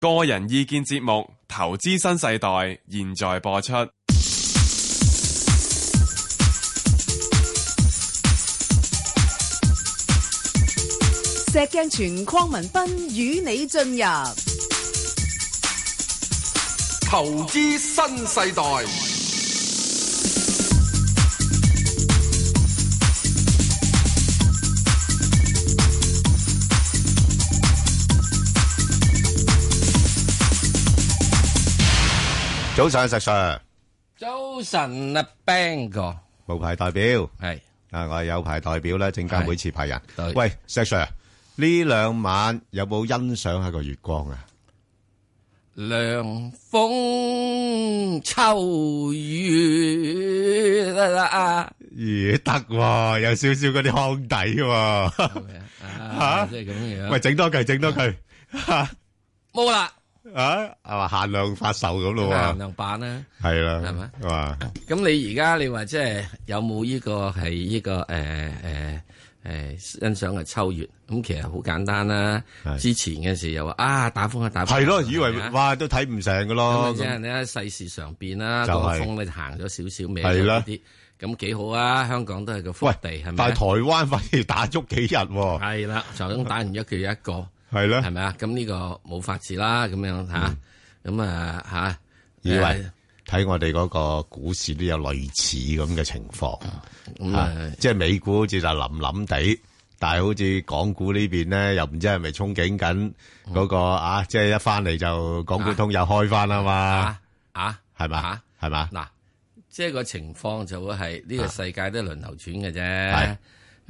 個人意見節目《投資新世代》現在播出。石鏡泉鄺民彬與你進入投資新世代，早晨，石 Sir，早晨啊，Bang 哥，無牌代表係啊，我係有牌代表啦，證監會持牌人對。喂，石 Sir，呢兩晚有冇欣賞下個月光啊？涼風秋雨 啦，啊咦，得喎，有少少嗰啲腔底喎。吓啊即係咁樣，喂，整多句，整 多句，冇啦，啊，係嘛，限量發售咁咯能唔喎，能辦啦？係啊啦，係咪哇，咁你而家你話即係有冇呢個係呢個誒誒誒欣賞嘅秋月？咁其實好簡單啦係。之前嘅時又話啊打風啊打風啊，係咯，以為係咪啊哇都睇唔成噶咯咁，啊即係咧世事常變啦，啊就個係風你行咗少少歪係啦咗啲，咁幾好啊！香港都係個福喂地，係咪但係啊台？灣反而打足幾日喎，係啦，就咁打完一佢一個，係啦係，咪啊？咁呢個冇法治啦，咁樣吓，咁啊吓，嗯以為誒睇我哋嗰個股市都有類似咁嘅情況。咁啊啊，即係美股好似就冧冧地，但係好似港股呢邊咧，又唔知係咪憧憬緊嗰個啊，即係一翻嚟就港股通又開翻啦嘛，啊啊係嘛啊？係嘛？嗱，即係個情況就會係呢個世界都係輪流轉嘅啊係嗯啫。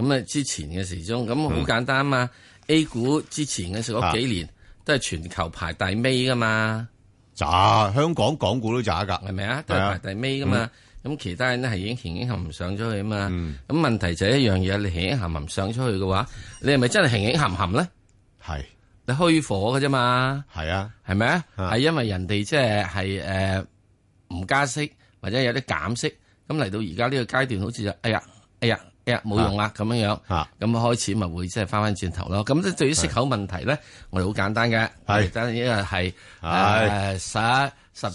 咁啊，之前嘅時鐘咁好簡單嘛。A 股之前嘅時啊嗰幾年都係全球排第尾噶嘛。渣，香港港股都渣㗎，係咪啊？都係排第尾噶嘛。咁其他人咧係已經行行含上咗去啊嘛。咁問題就係一樣嘢，你行行含含上出去嘅話，你係咪真係行行含含咧？係你虛火嘅啫嘛，係啊，係咪啊？啊係因為人哋即係係誒唔加息或者有啲減息，咁嚟到而家呢個階段，好似就哎呀哎呀哎呀冇用啦咁樣樣。啊咁開始咪會即係翻翻轉頭咯。咁即係對於息口問題咧，我哋好簡單嘅，我哋單一係誒十十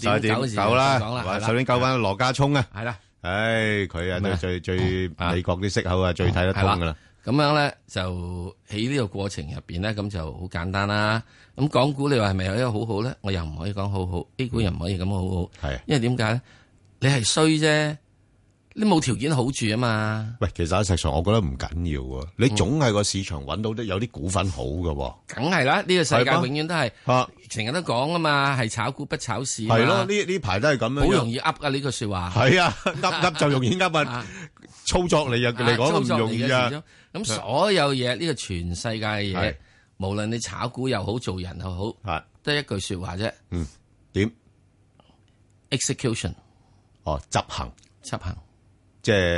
十點點九時九啦，講啦，係話啦十點九翻羅家聰啊，係啦。唉，佢啊都咩啊最最啊美國啲息口啊最睇得通㗎啦，咁樣咧就喺呢個過程入邊咧，咁就好簡單啦。咁港股你話係咪有一個好好咧？我又唔可以講好好，A 股又唔可以咁好好，係啊。因為點解咧？你係衰啫，你冇條件好住啊嘛，喂，其實喺石上，我覺得唔緊要喎。你總係個市場揾到啲有啲股份好㗎喎。梗係啦。呢個世界係嘛永遠都係啊成日都講啊嘛，係炒股不炒市啊嘛係咯，呢呢排都係咁樣樣。好容易噏噶呢句説話。系啊， 噏噏就容易噏啊啊，操作嚟又嚟啊講操唔作容嚟易嘅啊時，鐘咁所有嘢呢個全世界嘅係嘢，無論你炒股又好，做人又好，係都係一句説話啫嗯點？ ，execution 哦，執行執行。即係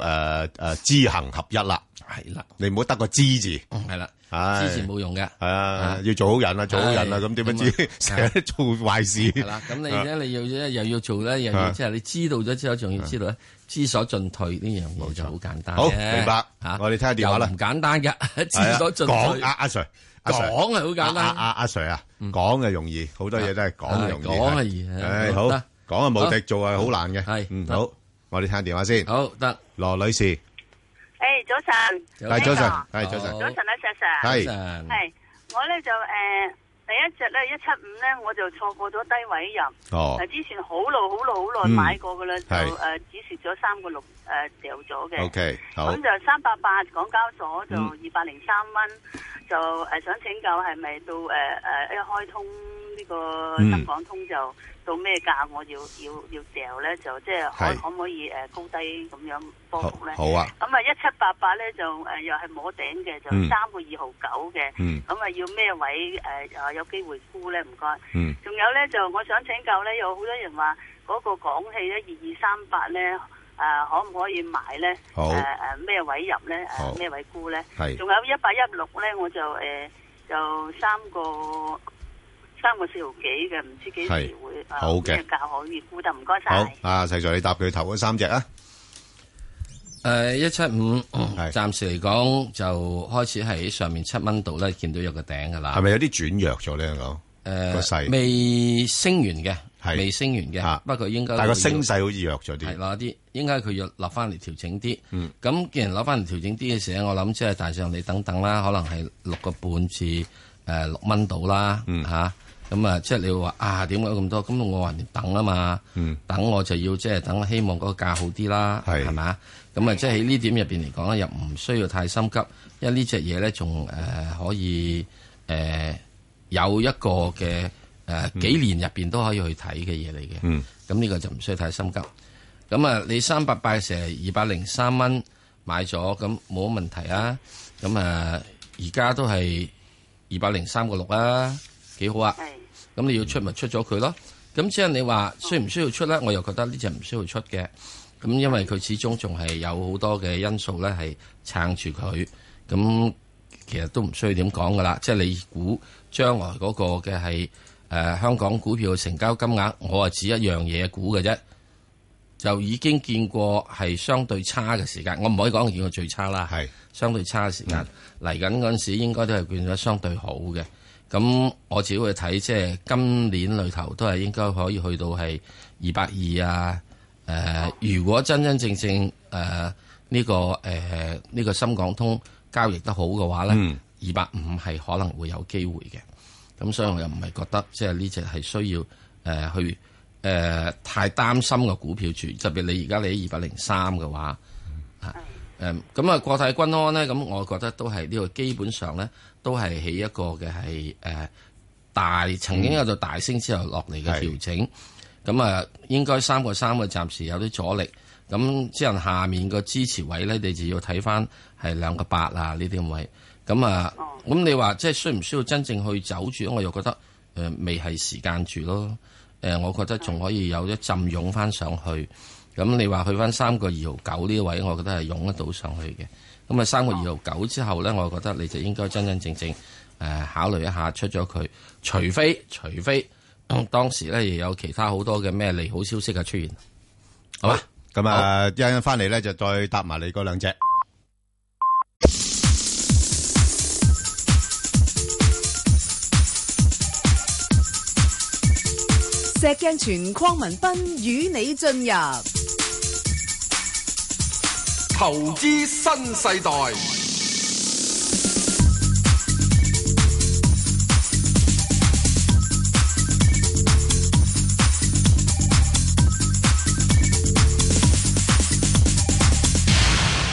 要诶诶知行合一啦，系啦，你唔好得個知字，系嗯啦，唉之前冇 用嘅，係啊啊，要做好人啊，做好人啊，唉咁點樣咁知啊 成日都做壞事？系啦。咁你咧，你要又要做咧，又啊要即系你知道咗之後，仲要知道咧，知所進退呢樣嘢就好簡單嘅。好明白嚇我哋聽下電話啦又唔簡單嘅，係知所進退講啊，阿 Sir，阿 Sir，講係好簡阿阿單。阿 Sir 啊，講就容易，好多嘢都係講容易。係講係易係係唉，好得講啊冇敵，做係好難嘅。係嗯得好，我哋聽下電話先。好得，羅女士，诶，早晨，早係早晨，早係早晨好，晨啊，石 Sir，係晨系我咧就诶、呃第一只咧一七五咧，我就錯過咗低位入。哦嗱，。之前好耐好耐好嗯耐買過噶啦，就係诶、呃只蝕咗三個六诶掉咗嘅。 OK，好咁。就三百八港交所就嗯二百零三蚊，就誒、呃想請教係咪到誒誒、呃一開通呢個嗯深港通就到咩價我要要要掉咧？就即係係可可唔可以誒、呃高低咁樣波幅咧？好好啊！咁啊，一七八八咧就誒、呃又係摸頂嘅，就嗯三個二毫九嘅。嗯咁啊，要咩位誒、呃、有機會沽咧？唔該。嗯，仲有咧，就我想請教咧，有好多人話嗰個港氣咧，二二三八咧，誒可唔可以買咧？好誒誒咩位入咧？好誒咩位沽咧？係仲有一八一六咧，我就誒、呃就三個三個四毫幾嘅，唔知幾時係會誒呃好嘅咩價可以沽得？唔該好晒。啊，細 Sir，你答佢頭嗰三隻啊，誒一七五，暫時嚟講就開始喺上面七蚊度咧，見到有個頂噶啦啊係。咪有啲轉弱咗咧？我诶個勢呃未升完嘅，係未升完嘅啊，不過應該但係個會升勢好似弱咗係啲，嗯嗱啲，應該佢要立翻嚟調整啲。咁既然立翻嚟調整啲嘅時候，我諗即係大上你等等啦，可能係六個半至誒六蚊到啦嗯嚇。咁啊，即係你會話啊，點解咁多？咁我話你等啊嘛，嗯等我就要即係等，希望嗰個價好啲啦，係係嘛？咁啊，即係喺呢點入邊嚟講咧，又唔需要太心急，因為呢只嘢咧仲誒可以誒、呃有一個嘅誒、呃、幾年入邊都可以去睇嘅嘢嚟嘅。咁呢、個就唔需要太心急。咁啊，你三百八成二百零三蚊買咗，咁冇乜問題啊。咁啊，而家都係二百零三個六啊，幾好啊！係咁你要出咪出咗佢咯。咁即係你話需唔需要出咧？我又覺得呢只唔需要出嘅。咁因為佢始終仲係有好多嘅因素咧，係撐住佢。咁其實都唔需要點講噶啦。即係你估將來嗰個嘅係誒香港股票嘅成交金額，我係啊指一樣嘢估嘅啫。就已經見過係相對差嘅時間，我唔可以講見過最差啦。係相對差嘅時間嚟緊嗰陣時，應該都係變咗相對好嘅。咁我自己會睇，即係今年裏頭都係應該可以去到係二百二啊。誒、如果真真正正誒呢、個誒呢、個深港通交易得好嘅話咧，二百五係可能會有機會嘅。咁所以我又唔係覺得即係呢只係需要誒、呃去誒、呃太擔心嘅股票住，特別你而家你二百零三嘅話。誒咁啊，國泰君安咧，咁我覺得都係呢個基本上咧，都係起一個嘅係誒大曾經有個大升之後落嚟嘅係調整，咁啊應該三個三個暫時有啲阻力，咁之後下面個支持位咧，你就要睇翻係兩個八啊呢啲咁位，咁啊咁你話即係需唔需要真正去走住？我又覺得誒、呃未係時間住咯。誒、我覺得仲可以有一浸湧翻上去。咁你話去翻三個二毫九呢位，我覺得係湧得到上去嘅。咁啊，三個二毫九之後呢，我覺得你就應該真真正正誒、呃考慮一下出咗佢，除非除非、嗯當時呢亦有其他好多嘅咩利好消息嘅出現，好嘛？咁啊，一陣翻嚟咧就再搭埋你嗰兩隻。石镜全框文斌与你进入投資新世代，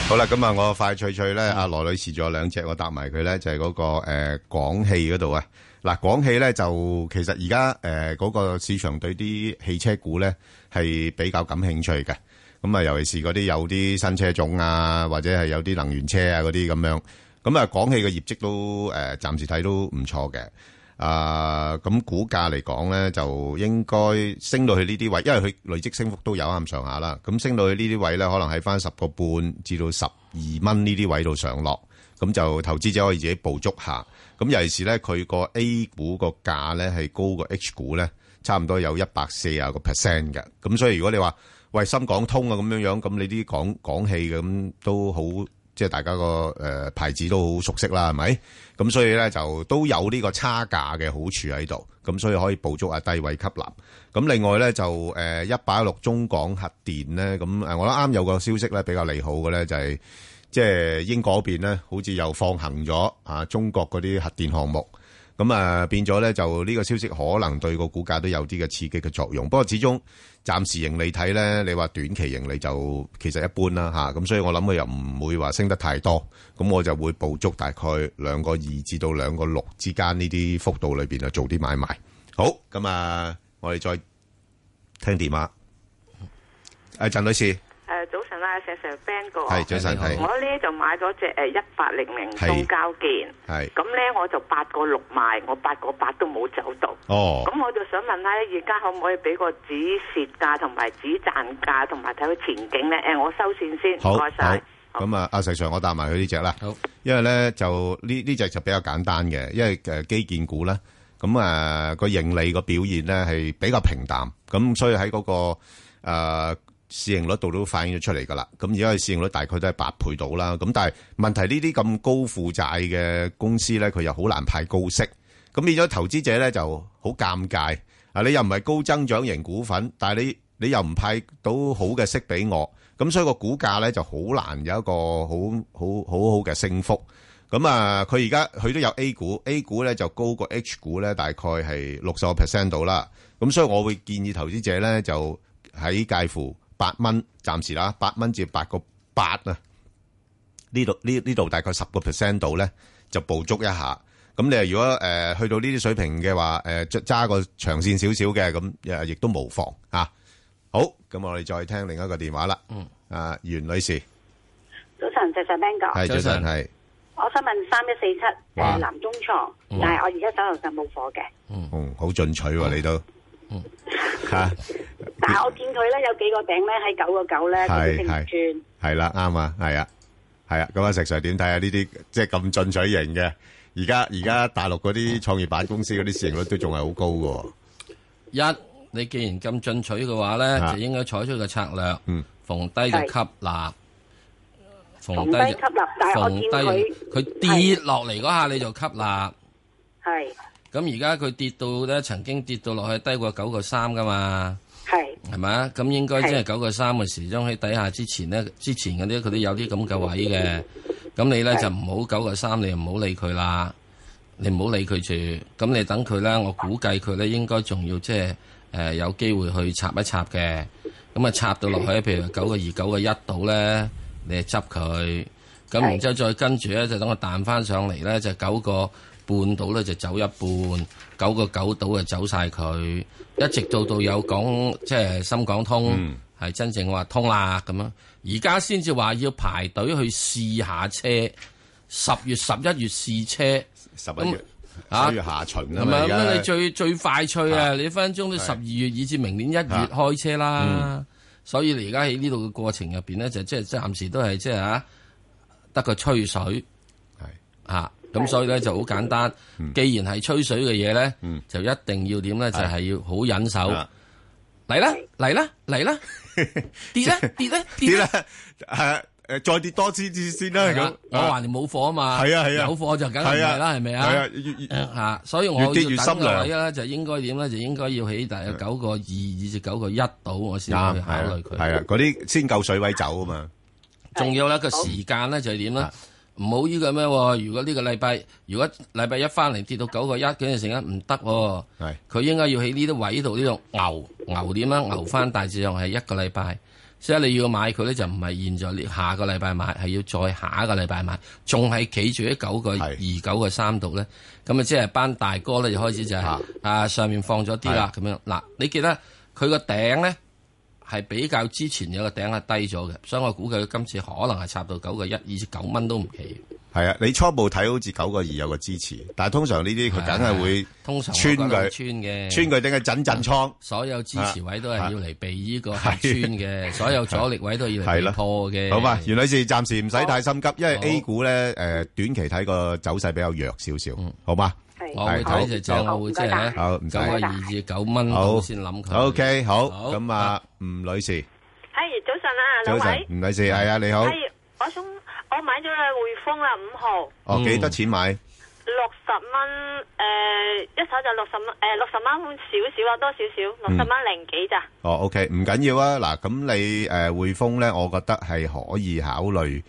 好啦，咁啊，我快脆脆咧，阿羅女士仲有兩隻，我答埋佢咧，就係嗰個誒廣汽嗰度啊。嗱，廣汽咧就其實而家誒嗰個市場對啲汽車股咧係比較感興趣嘅。咁啊，尤其是嗰啲有啲新車種啊，或者係有啲能源車啊嗰啲咁樣。咁啊，廣汽嘅業績都誒暫時睇都唔錯嘅。啊，咁股價嚟講咧，就應該升到去呢啲位，因為佢累積升幅都有啱上下啦。咁升到去呢啲位咧，可能喺翻十個半至到十二蚊呢啲位度上落，咁就投資者可以自己捕捉下。咁尤其是咧，佢個 A 股個價咧係高過 H 股咧，差唔多有一百四啊個 percent 嘅。咁所以如果你話喂深港通啊咁樣樣，咁你啲港港氣咁都好，即係大家個誒、呃牌子都好熟悉啦，係咪？咁所以咧就都有呢個差價嘅好處喺度，咁所以可以捕捉啊低位吸納。咁另外咧就誒一八一六中港核電咧，咁誒我啱啱有個消息咧比較利好嘅咧就係、即係英國嗰邊咧，好似又放行咗啊中國嗰啲核電項目，咁啊變咗咧就呢個消息可能對個股價都有啲嘅刺激嘅作用。不過始終暫時盈利睇咧，你話短期盈利就其實一般啦嚇，咁、所以我諗佢又唔會話升得太多，咁我就會捕捉大概兩個二至到兩個六之間呢啲幅度裏邊啊做啲買賣。好，咁啊，我哋再聽電話。誒、陳女士，誒呃早晨啦，石 Sir Ben 哥，係早晨，你好係我咧就買咗只誒一八零零係中交建，係。咁咧我就八個六賣，我八個八都冇走到。哦，咁我就想問下咧，而家可唔可以俾個止蝕價同埋止賺價，同埋睇佢前景咧？誒，我收線先，好，唔該晒。好。咁啊，阿石 Sir，我答埋佢呢只啦。好，因為咧就呢呢只就比較簡單嘅，因為誒基建股咧，咁啊個盈利個表現咧係比較平淡，咁所以喺嗰、個、呃、市盈率度都反映咗出嚟噶啦。咁而家嘅市盈率大概都係八倍到啦。咁但係問題呢啲咁高負債嘅公司咧，佢又好難派高息。咁咁變咗投資者咧就好尷尬啊！你又唔係高增長型股份，但係你你又唔派到好嘅息俾我，咁所以個股價咧就好難有一個好好好好嘅升幅。咁啊，佢而家佢都有 A 股，A 股咧就高過 H 股咧，大概係六十個 percent 到啦。咁所以我會建議投資者咧就喺介乎八蚊，暫時啦，八蚊至八個八啊。呢度呢呢度大概十個 percent 度咧，就捕捉一下。咁你係如果誒、呃去到呢啲水平嘅話，誒著揸個長線少少嘅，咁誒亦都無妨啊。好，咁我哋再聽另一個電話啦。嗯。啊，袁女士，早晨，石石 Ben 哥，係早啊晨，早晨係我想問三一四七哇誒南中床，但係我而家手頭上冇貨嘅，嗯，好進取喎，你都。嗯嚇，但係我見佢咧有幾個頂咧喺九個九咧，佢係都定轉。係啦，啱啊，係啊，係啊。咁啊，石 Sir 點睇啊？呢啲即係咁進取型嘅，而家而家大陸嗰嗯啲創業板公司嗰啲市盈率都仲係好高嘅喎。一，你既然咁進取嘅話啊咧，就應該採取個策略，嗯逢低就吸納，逢逢低就吸納但係我見佢逢低佢跌落嚟嗰下你就吸納。係咁而家佢跌到咧，曾經跌到落去低過九個三噶嘛，係係咪啊？咁應該即係係九個三嘅時鐘喺底下之前咧，之前嗰啲佢都有啲咁嘅位嘅。咁你咧係就唔好九個三，你唔好理佢啦，你唔好理佢住。咁你等佢啦，我估計佢咧應該仲要即係誒有機會去插一插嘅。咁啊插到落去，譬如九個二、九個一度咧，你就執佢。咁然之後再跟住咧，就等佢彈翻上嚟咧，就九個半到咧就走一半，九個九到就走晒佢，一直到到有講即係深港通嗯係、真正話通啦咁樣，而家先至話要排隊去試下車，十月十一月試車。十一月，啊十一月下旬啊咁嘛，啊，而咁家你。最最快脆啊！你分分鐘都係啊嗯十二月以至明年一月開車啦，所以你而家喺呢度嘅過程入邊咧，就即係暫時都係即係嚇得個吹水係嚇，咁所以咧就好簡單。嗯既然係吹水嘅嘢咧，就一定要點咧，就係要好忍手啊嚟啦嚟啦 嚟啦跌啦跌啦跌啦！啲咧，誒，誒，再跌多支先啦，係啦咁。我話你冇貨啊嘛，係啊係啊有貨就梗係唔係啦，係咪啊？係啊，越-越-吓，所以我越跌越要心等個涼位咧，就應該點咧？就應該要起大約九個二以至九個一度，我先去考慮啊佢。係啊，係啊，嗰啲先夠水位走啊嘛。仲有咧個時間咧就係點咧？唔好依個咩喎？如果呢個禮拜，如果禮拜一翻嚟跌到九個一嗰陣時間唔得喎，佢應該要喺呢啲位度呢度牛牛點樣牛翻大致上係一個禮拜。所以你要買佢咧，就唔係現在呢下個禮拜買，係要再下一個禮拜買，仲係企住喺九個係二、九個三度咧。咁啊，即係班大哥咧就開始就係、啊啊上面放咗啲啦，咁樣嗱，你記得佢個頂咧係比較之前有個頂係低咗嘅，所以我估計佢今次可能係插到九個一，以至九蚊都唔奇。係啊，你初步睇好似9.2有個支持，但係通常呢啲佢梗係會啊通常我穿覺得會佢穿嘅，啊穿佢頂嘅陣陣倉。所有支持位都係要嚟避呢個穿嘅，所有阻力位都係要係嚟啦被破嘅。好嘛，袁女士，暫時唔使太心急，因為好。 A股呢，誒，短期睇個走勢比較弱少少，好嘛？嗯係我會好睇就即係我會即係咧好唔使九個二至九蚊好度嗯先諗佢。 OK，好，好，咁啊，吳女士，係早晨啊，兩早晨，位吳女士，係啊，你好。係我想我買咗啊匯豐啦五號。哦，嗯。幾多錢買？六十蚊，誒、一手就六十蚊，誒、六十蚊少少啊，多少少，六十蚊零幾咋？哦，OK，唔緊要啊。嗱，咁你誒匯豐咧，我覺得係可以考慮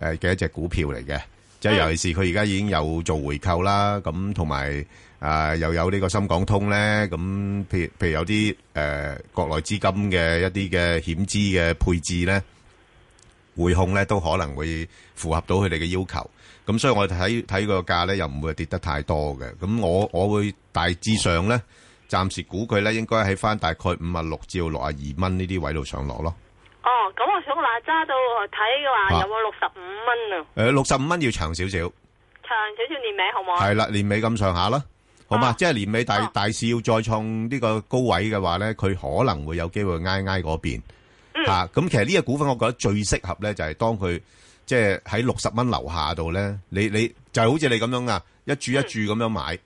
誒嘅一隻股票嚟嘅，即係尤其是佢而家已經有做回購啦，咁同埋啊又有呢個深港通咧，咁譬如譬如有啲誒、呃、國內資金嘅一啲嘅險資嘅配置咧，匯控咧都可能會符合到佢哋嘅要求。咁所以我睇睇個價咧，又唔會跌得太多嘅。咁我我會大致上咧。暫時估佢咧應該喺翻大概五啊六至六啊二蚊呢啲位度上落咯。哦，咁我想話揸到睇嘅話，啊有冇六十五蚊啊？誒六十五蚊要長少少，長少少年尾好唔好啊？係啦，年尾咁上下啦，好嘛？啊即係年尾大啊大市要再創呢個高位嘅話咧，佢可能會有機會挨挨嗰邊嚇。咁其實呢個股份，我覺得最適合咧就係當佢即係喺六十蚊樓下度咧，你你就係好似你咁樣啊，一注一注咁樣買，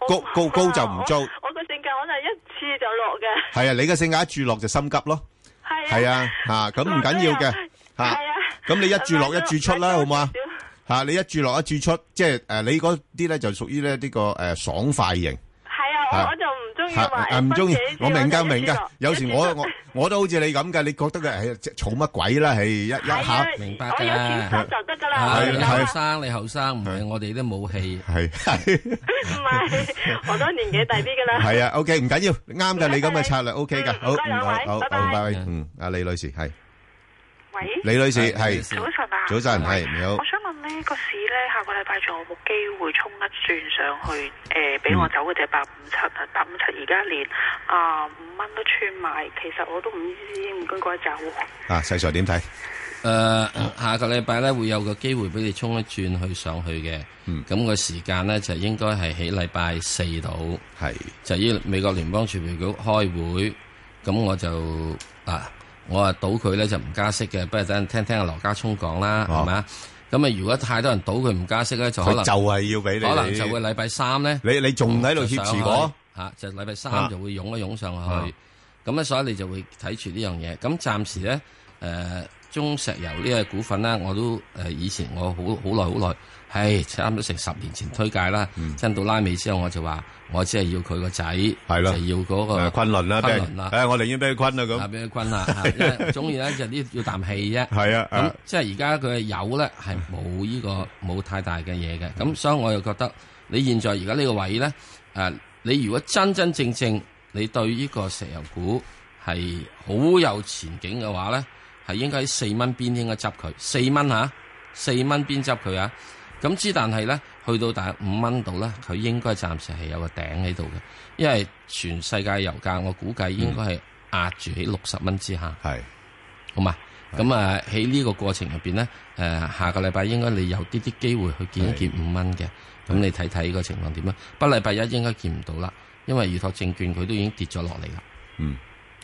我高高高就唔租我我個性格可能一次就落嘅，係啊，你嘅性格一注落就心急咯，係係啊嚇，咁唔緊要嘅係嚇啊，咁你一注落一注出啦好嘛買多少少吓你一注落一注出，即係诶你嗰啲咧就屬於咧呢個诶爽快型。係啊，啊我我就唔中意係話啊唔中意分，幾我明次噶就明一噶次。有時一次我 就我我都好似你咁噶，你覺得佢係儲乜鬼啦？係一一係下啊，明白㗎我有錢收就得㗎啦，我啊係你明係後白生，你後生唔係我哋都冇氣。係 係唔係， 我都年紀大啲㗎啦。係啊，OK 唔緊要，啱噶，你咁嘅策略 OK 噶，嗯好唔該兩位好好拜拜好，拜拜，嗯，阿李女士係喂，李女士係李女係士早晨啊，早晨係你好我。想問呢個市咧，下個禮拜仲有冇機會衝一轉上去？誒、俾我走嗰只八五七啊，八五七而家連啊五蚊都穿埋，其實我都唔知應唔應該走。啊，細 Sir 點睇？誒、呃下個禮拜咧會有個機會俾你衝一轉去上去嘅，咁、嗯個時間咧就應該係喺禮拜四度，係就依美國聯邦儲備局開會，咁我就啊，我啊賭佢咧就唔加息嘅，不如等陣聽聽阿羅家聰講啦，哦係咪啊？咁啊，如果太多人賭佢唔加息咧，就可佢能就係要俾你，可能就會禮拜三咧。你你仲喺度挟持我？嚇，就禮拜啊三就會湧一湧上啊去，咁咧所以你就會睇住呢樣嘢。咁暫時咧，誒、中石油呢個股份咧，我都誒、以前我好好耐好耐，唉差唔多成十年前推介啦，嗯真到拉尾之後我就話，我只係要佢個仔，係咯就要嗰、個誒，昆崙啦，俾昆人崙啦，誒，我寧願俾佢昆啦啊咁。俾佢坤啦，嚇因為中意咧就呢要啖氣啫。係啊，咁啊即係而家佢嘅油咧係冇呢個冇太大嘅嘢嘅，嗯咁所以我又覺得你現在而家呢個位咧，誒、你如果真真正正你對呢個石油股係好有前景嘅話咧，係應該喺四蚊邊應該執佢，四蚊嚇，四蚊邊執佢啊！咁之但係咧，去到大約五蚊度咧，佢應該暫時係有個頂喺度嘅，因為全世界油價我估計應該係壓住喺六十蚊之下。係好嘛？咁啊喺呢個過程入邊咧，誒、下個禮拜應該你有啲啲機會去見一見五蚊嘅，咁你睇睇個情況點啦。啊不過禮拜一應該見唔到啦，因為預託證券佢都已經跌咗落嚟啦，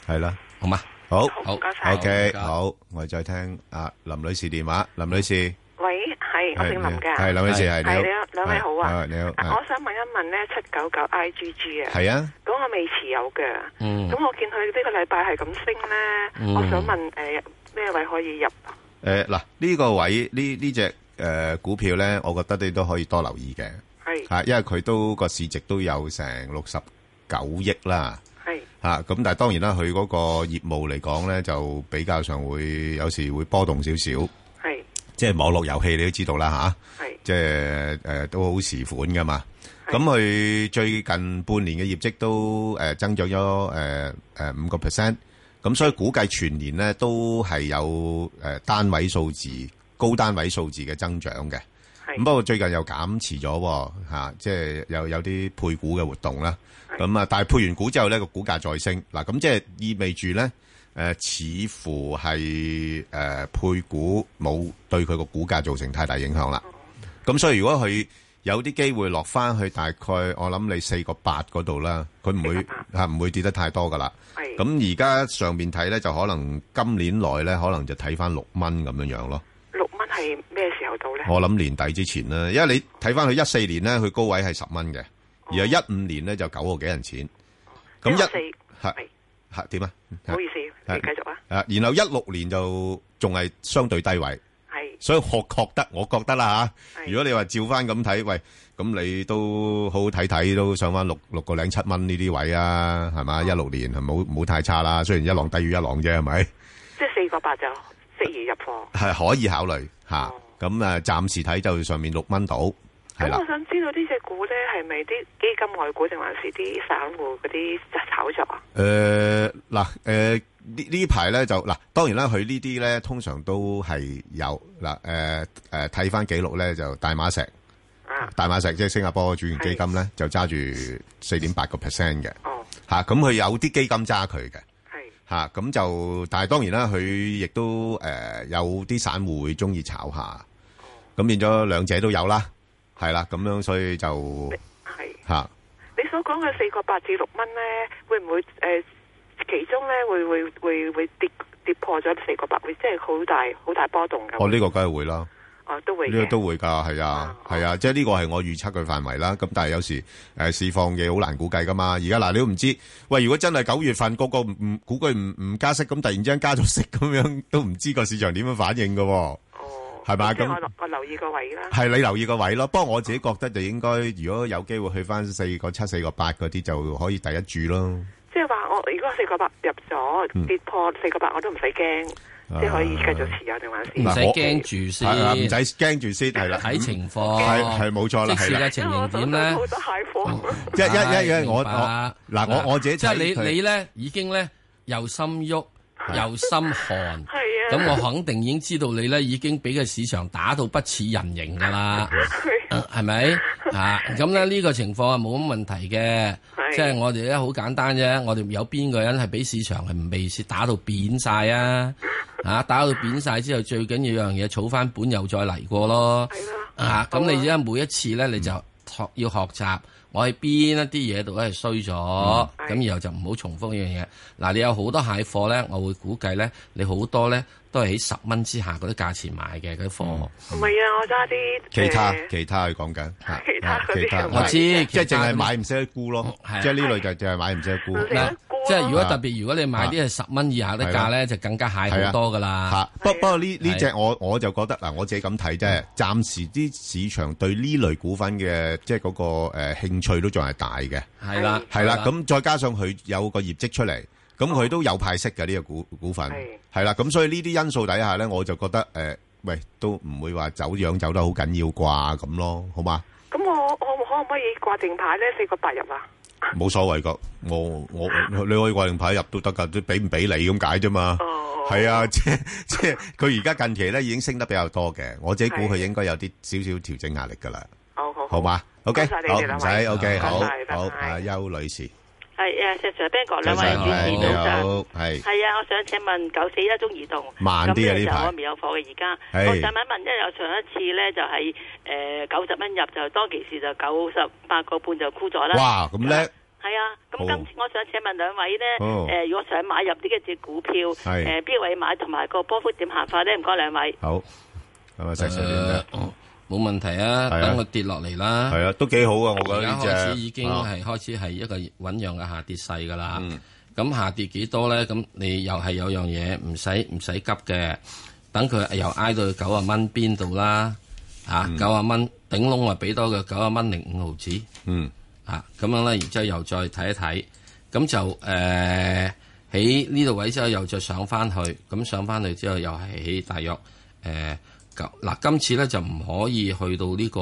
係啦，好嘛？好。好唔該晒 OK，好，唔該。好，我哋再聽阿林女士電話。林女士，喂，係我姓林㗎。係，林女士，係，係。你好。係你好，兩位好啊！係，你好，啊我想問一問咧，七九九 I G G 啊，係啊，係，咁我未持有嘅，嗯咁我見佢呢個禮拜係咁升咧，嗯我想問誒咩位可以入？誒，嗱，呢個位，呢-呢隻，誒，股票呢，我覺得你都可以多留意嘅，嚇，因為佢都-係個市值都有成69億啦，嚇，咁但係當然啦，佢嗰個業務嚟講呢，就比較上會-有時會波動少少，即係網絡遊戲你都知道啦，嚇，即係，誒，都好時款㗎嘛，係係咁佢最近半年嘅業績都誒、呃增長咗誒誒五個 percent，咁所以估計全年咧都係有誒、呃、單位數字高單位數字嘅增長嘅。係咁不過最近又減持咗喎嚇，即係有有啲配股嘅活動啦。咁啊，但係配完股之後咧，個股價再升嗱，咁即係意味住咧誒，似乎係誒、呃配股冇對佢個股價造成太大影響啦。咁所以如果佢有啲機會落翻去大概，我諗你四個八嗰度啦，佢唔 會嚇唔會跌得太多噶啦。係咁而家上面睇咧，就可能今年內咧，可能就睇翻六蚊咁樣樣咯。六蚊係咩時候到咧？我諗年底之前啦，因為你睇翻佢一四年咧，佢高位係十蚊嘅，而係一五年咧就九個幾人錢。咁一一四，係係係點啊？唔好意思，你係繼續啊，啊，然後一六年就仲係相對低位。係所以我覺得，我覺得啦嚇。係如果你話照翻咁睇，喂，咁你都好好睇睇，都上翻六六個零七蚊呢啲位啊，係哦嘛？一六年係冇冇太差啦。雖然一浪低於一浪啫，係哦咪？即係四個八就適宜入貨。係可以考慮嚇哦。咁啊，暫時睇就上面六蚊到，係咁啊啦我。想知道呢只股咧係咪啲基金外股定還是啲散户嗰啲炒作啊？誒嗱誒呢呢排咧就嗱，當然啦，佢呢啲咧通常都係有嗱誒誒睇翻記錄咧就大馬石。啊，大馬石即係新加坡主權基金咧，就揸住四點八個 percent 嘅哦，嚇，咁佢有啲基金揸佢嘅係嚇，咁就但係當然啦，佢亦都誒、呃有啲散戶會中意炒下，咁變咗兩者都有啦，係啦，咁樣所以就係。嚇。你所講嘅四個八至六蚊咧，會唔會誒、呃其中咧會會會會跌跌破咗四個八，會即係好大好大波動㗎？哦，呢、個梗係會啦，哦都會呢個嘅。都會㗎，係啊，哦係啊，即係呢個係我預測嘅範圍啦。咁但係有時誒、呃市況嘅好難估計㗎嘛。而家嗱，你都唔知，喂，如果真係九月份個個唔唔估計唔唔加息，咁突然之間加咗息咁樣，都唔知個市場點樣反應㗎喎。哦，係嘛即係咁啊我留我留意個位啦。係你留意個位咯。不過我自己覺得就應該，如果有機會去翻四個七、四個八嗰啲，就可以第一注咯。即係話我如果四個八入嗯咗跌破四個八，我都唔使驚，即係可以繼續持有定還是？唔使啊嗱我驚住係啊唔先，使驚住先，係啦，嗯睇情況。係係冇錯啦，即係使啦嘅。情形點哦因為我手上咧好？多蟹貨，一一一唉一我我明白嗱我我自己即係睇佢你你咧已經咧又心喐又心寒，係咁啊，我肯定已經知道你咧已經俾個市場打到不似人形㗎 啦。佢係咪啊？咁咧呢個情況係冇乜問題嘅，係即係我哋咧好簡單啫。我哋有邊個人係俾市場係未是打到扁晒啊？啊，打到扁晒之後，最緊要樣嘢儲翻本又再嚟過咯。啊，咁你而家每一次咧，你就學要學習。我喺邊一啲嘢度咧係衰咗，咁、係然後就唔好重複呢樣嘢。嗱，你有好多蟹貨咧，我會估計咧，你好多咧都係喺十蚊之下嗰啲價錢買嘅嗰啲貨。唔係啊，我揸啲其他誒其他佢講緊，嚇啊其他嗰啲其他係嗯我知即係其他淨係咁買唔識得沽咯，係啊即係呢類就淨係買唔識得沽。唔識嗱得沽啊，即係如果特別，如果你買啲係十蚊以下的價咧，就更加蟹好多噶吓，啊啦。不不過呢呢只我我就覺得嗱，我自己咁睇啫，嗯暫時啲市場對呢類股份嘅即係嗰個誒興趣都仲係大嘅，係啦，係啦，咁再加上佢有個業績出嚟，咁佢都有派息嘅呢個股股份係，係啦，咁所以呢啲因素底下咧，我就覺得誒，喂，都唔會話走樣走得好緊要啩咁咯，好嘛？咁我我可唔可以掛定牌咧？四個八入啊？冇所謂噶，我我你可以掛令牌入都得噶，都俾唔俾你咁解啫嘛。哦，係啊， 即即佢而家近期咧已經升得比較多嘅，我自己估佢應該有啲少少調整壓力噶啦，好好好嘛？OK，多謝你好哋兩唔位使，OK，好拜拜好，拜拜阿邱女士，系诶，啊石 Sir、Ben 哥兩早位晨，主持你早晨。好，係係啊，我想請問九四一中移動，慢咁啲啊咧呢就排我未有貨嘅而家。係我想問一問，因為我上一次咧就係誒九十蚊入，就當其時就九十八個半就沽咗啦。哇，咁咧係啊，咁好今次我想請問兩位咧，哦誒如果想買入呢一隻股票，係誒邊位買同埋個波幅點行法咧？唔該兩位。好，咁啊，石 Sir 點誒哦咧？冇問題啊，係啊等佢跌落嚟啦。係啊，都幾好啊，我覺而得家呢只開始已經啊嗯係開始係一個醖釀嘅下跌勢噶啦。咁下跌幾多咧？咁你又係有樣嘢唔使唔使急嘅，等佢又挨到九啊蚊邊度啦。啊，九啊蚊頂籠啊，俾多佢九啊蚊零五毫子。嗯啊，咁樣咧，然之後又再睇一睇，咁就誒喺呢度位之後又再上翻去，咁上翻去之後又係喺大約呃誒九嗱，今次咧就唔可以去到呢、個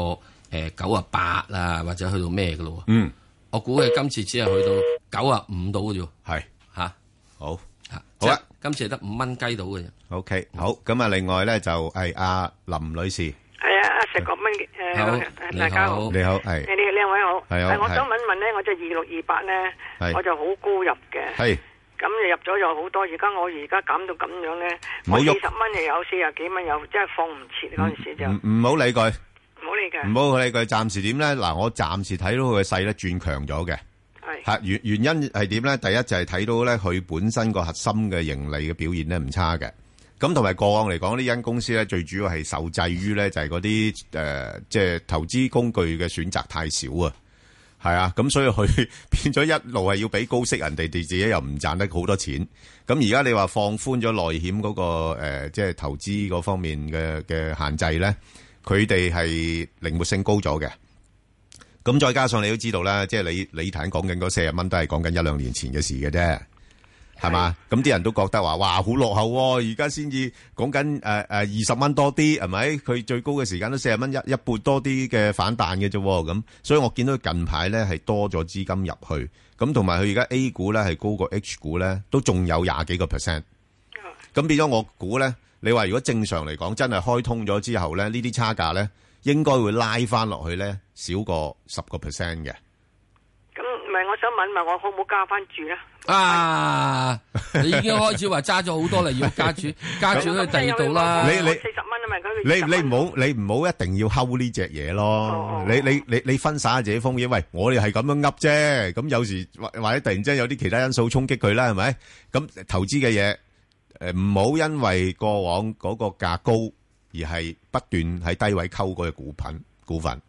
誒九啊八啊，或者去到咩嘅咯喎，嗯，我估計今次只係去到九啊五度嘅啫喎，係嚇好嚇，好啊，今次係得五蚊雞到嘅啫， ，OK，好，咁啊，另外咧就係阿林女士，係啊，阿石國蚊誒好，你大家好好。你好，係你哋兩位好，係啊誒我係想問問咧，我就二六二八咧係，我就好高入嘅，係咁入咗又好多，而家我而家減到咁樣咧，唔我好四喐十蚊又有，四十幾蚊有，真係放唔切嗰陣時就唔唔好理佢。唔好理佢，唔好理佢，暫時點呢？嗱，我暫時睇到佢嘅勢呢轉強咗嘅。係嚇，原-原因係點呢？第一就係睇到呢，佢本身個核心嘅盈利嘅表現呢唔差嘅。咁同埋過往嚟講，呢間公司呢，最主要係受制於呢，就係嗰啲，呃，即係投資工具嘅選擇太少啊。係啊，咁所以佢 變咗一路係要俾高息人哋，哋自己又唔賺得好多錢。咁而家你話放寬咗內險嗰個，呃，即係投資嗰方面嘅-嘅限制呢，佢哋係靈活性高咗嘅。咁再加上你都知道啦，即係你你頭先講緊嗰四十蚊都係講緊一兩年前嘅事嘅啫，係嘛？咁啲人都覺得話哇好落後喎、而家先至講緊誒誒二十蚊多啲係咪？佢最高嘅時間都四十蚊一一半多啲嘅反彈嘅啫喎，咁所以我見到近排咧係多咗資金入去，咁同埋佢而家 A 股咧係高過 H 股咧，都仲有廿幾個 percent。咁變咗我估咧，你話如果正常嚟講，真係開通咗之後咧，呢啲差價咧應該會拉翻落去咧，少過十個 percent 嘅。咁唔係我想問問我好唔好加翻住咧？啊！你已經開始話揸咗好多啦，要加注加注去第二度啦。啊你你四十蚊啊嘛，佢你你唔20蚊好你唔好一定要睺呢只嘢咯哦。你你你你分散下自己風險。喂，我哋係咁樣噏啫。咁有時或或者突然之間有啲其他因素衝擊佢啦，係咪？咁投資嘅嘢誒唔好因為過往嗰個價高而係不斷喺低位溝嗰只股份股份。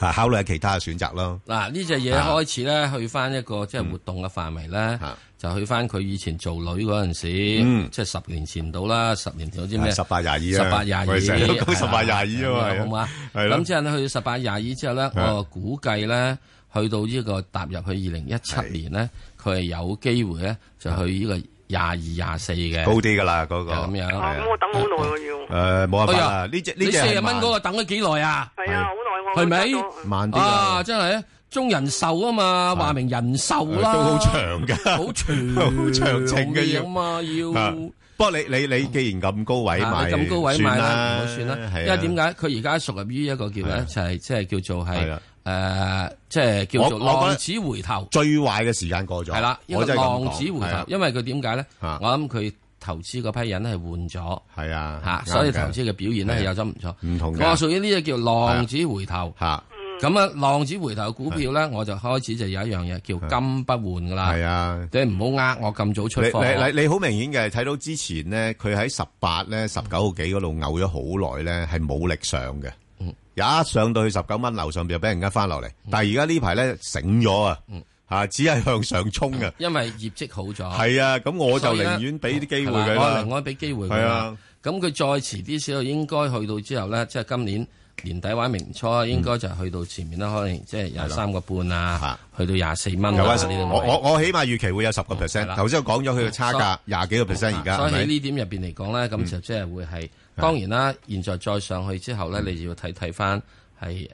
嚇考慮下其他嘅選擇咯。嗱呢只嘢啊嗯開始咧，去翻一個即係活動嘅範圍咧啊，就去翻佢以前做女嗰陣時嗯，即係十年前到啦，十年前好知咩？十八廿二啊，十八廿二，我哋成日都講係十八廿二啊嘛好嘛？係啊咯咁之後咧，去到十八廿二之後咧，係我估計咧，去到呢個踏入去二零一七年咧，佢係有機會咧，就去呢個廿二廿四嘅。高啲噶啦嗰個。就咁樣係啊啊咁我等好耐喎要，誒冇辦哎法呀啦，呢只呢你只四十係蚊慢嗰個等咗幾耐啊？係啊，好耐我係咪覺得都慢啲啊，㗎真係中人壽啊嘛，話明人壽啦，都好長㗎好 長，好長情嘅要嘢嘛，啊要。不過你你你既然咁高位啊買，你咁高位買算啦，唔好啦，算啦。係啊因為點解佢而家屬於一個叫係咧，啊就係即係叫做係係啊誒，即係叫做我我覺得浪子回頭，最壞嘅時間過咗，係啦，一我個真係咁浪講子回係啊頭。因為佢點解咧？啊我諗佢投資嗰批人係換咗係啊，嚇，所以啱嘅投資嘅表現咧係啊係有咗唔錯。唔同嘅我屬於呢只叫浪子回頭。嚇咁啊，浪子回頭嘅股票咧，我就開始就有一樣嘢叫金不換噶啦係。啊。你唔好呃我咁早出你貨。你你你好明顯嘅，睇到之前咧，佢喺十八咧、十九個幾嗰度嘔咗好耐咧，係冇力上嘅。嗯一上到去十九蚊樓上就俾人家翻落嚟。但係而家呢排咧醒咗啊，嗯嚇只係向上衝嘅。因為業績好咗。係啊，咁我就嗯所以呢寧願俾啲機會係佢啦我寧啦。願俾機會佢係啦啊。咁佢再遲啲少少，應該去到之後咧，即係今年年底或者明初，嗯應該就去到前面啦，可能即係廿三個半啊嚇，去到廿四蚊啊有啊，呢啲我我我起碼預期會有十個嗯係 percent。啦嗯頭先我講咗佢嘅差價廿幾個 percent 而家，啊所以係喺咪？嗯啊呢點入邊嚟講咧，咁就即係會係當然啦。現在再上去之後嗯咧，你就要睇睇翻係誒，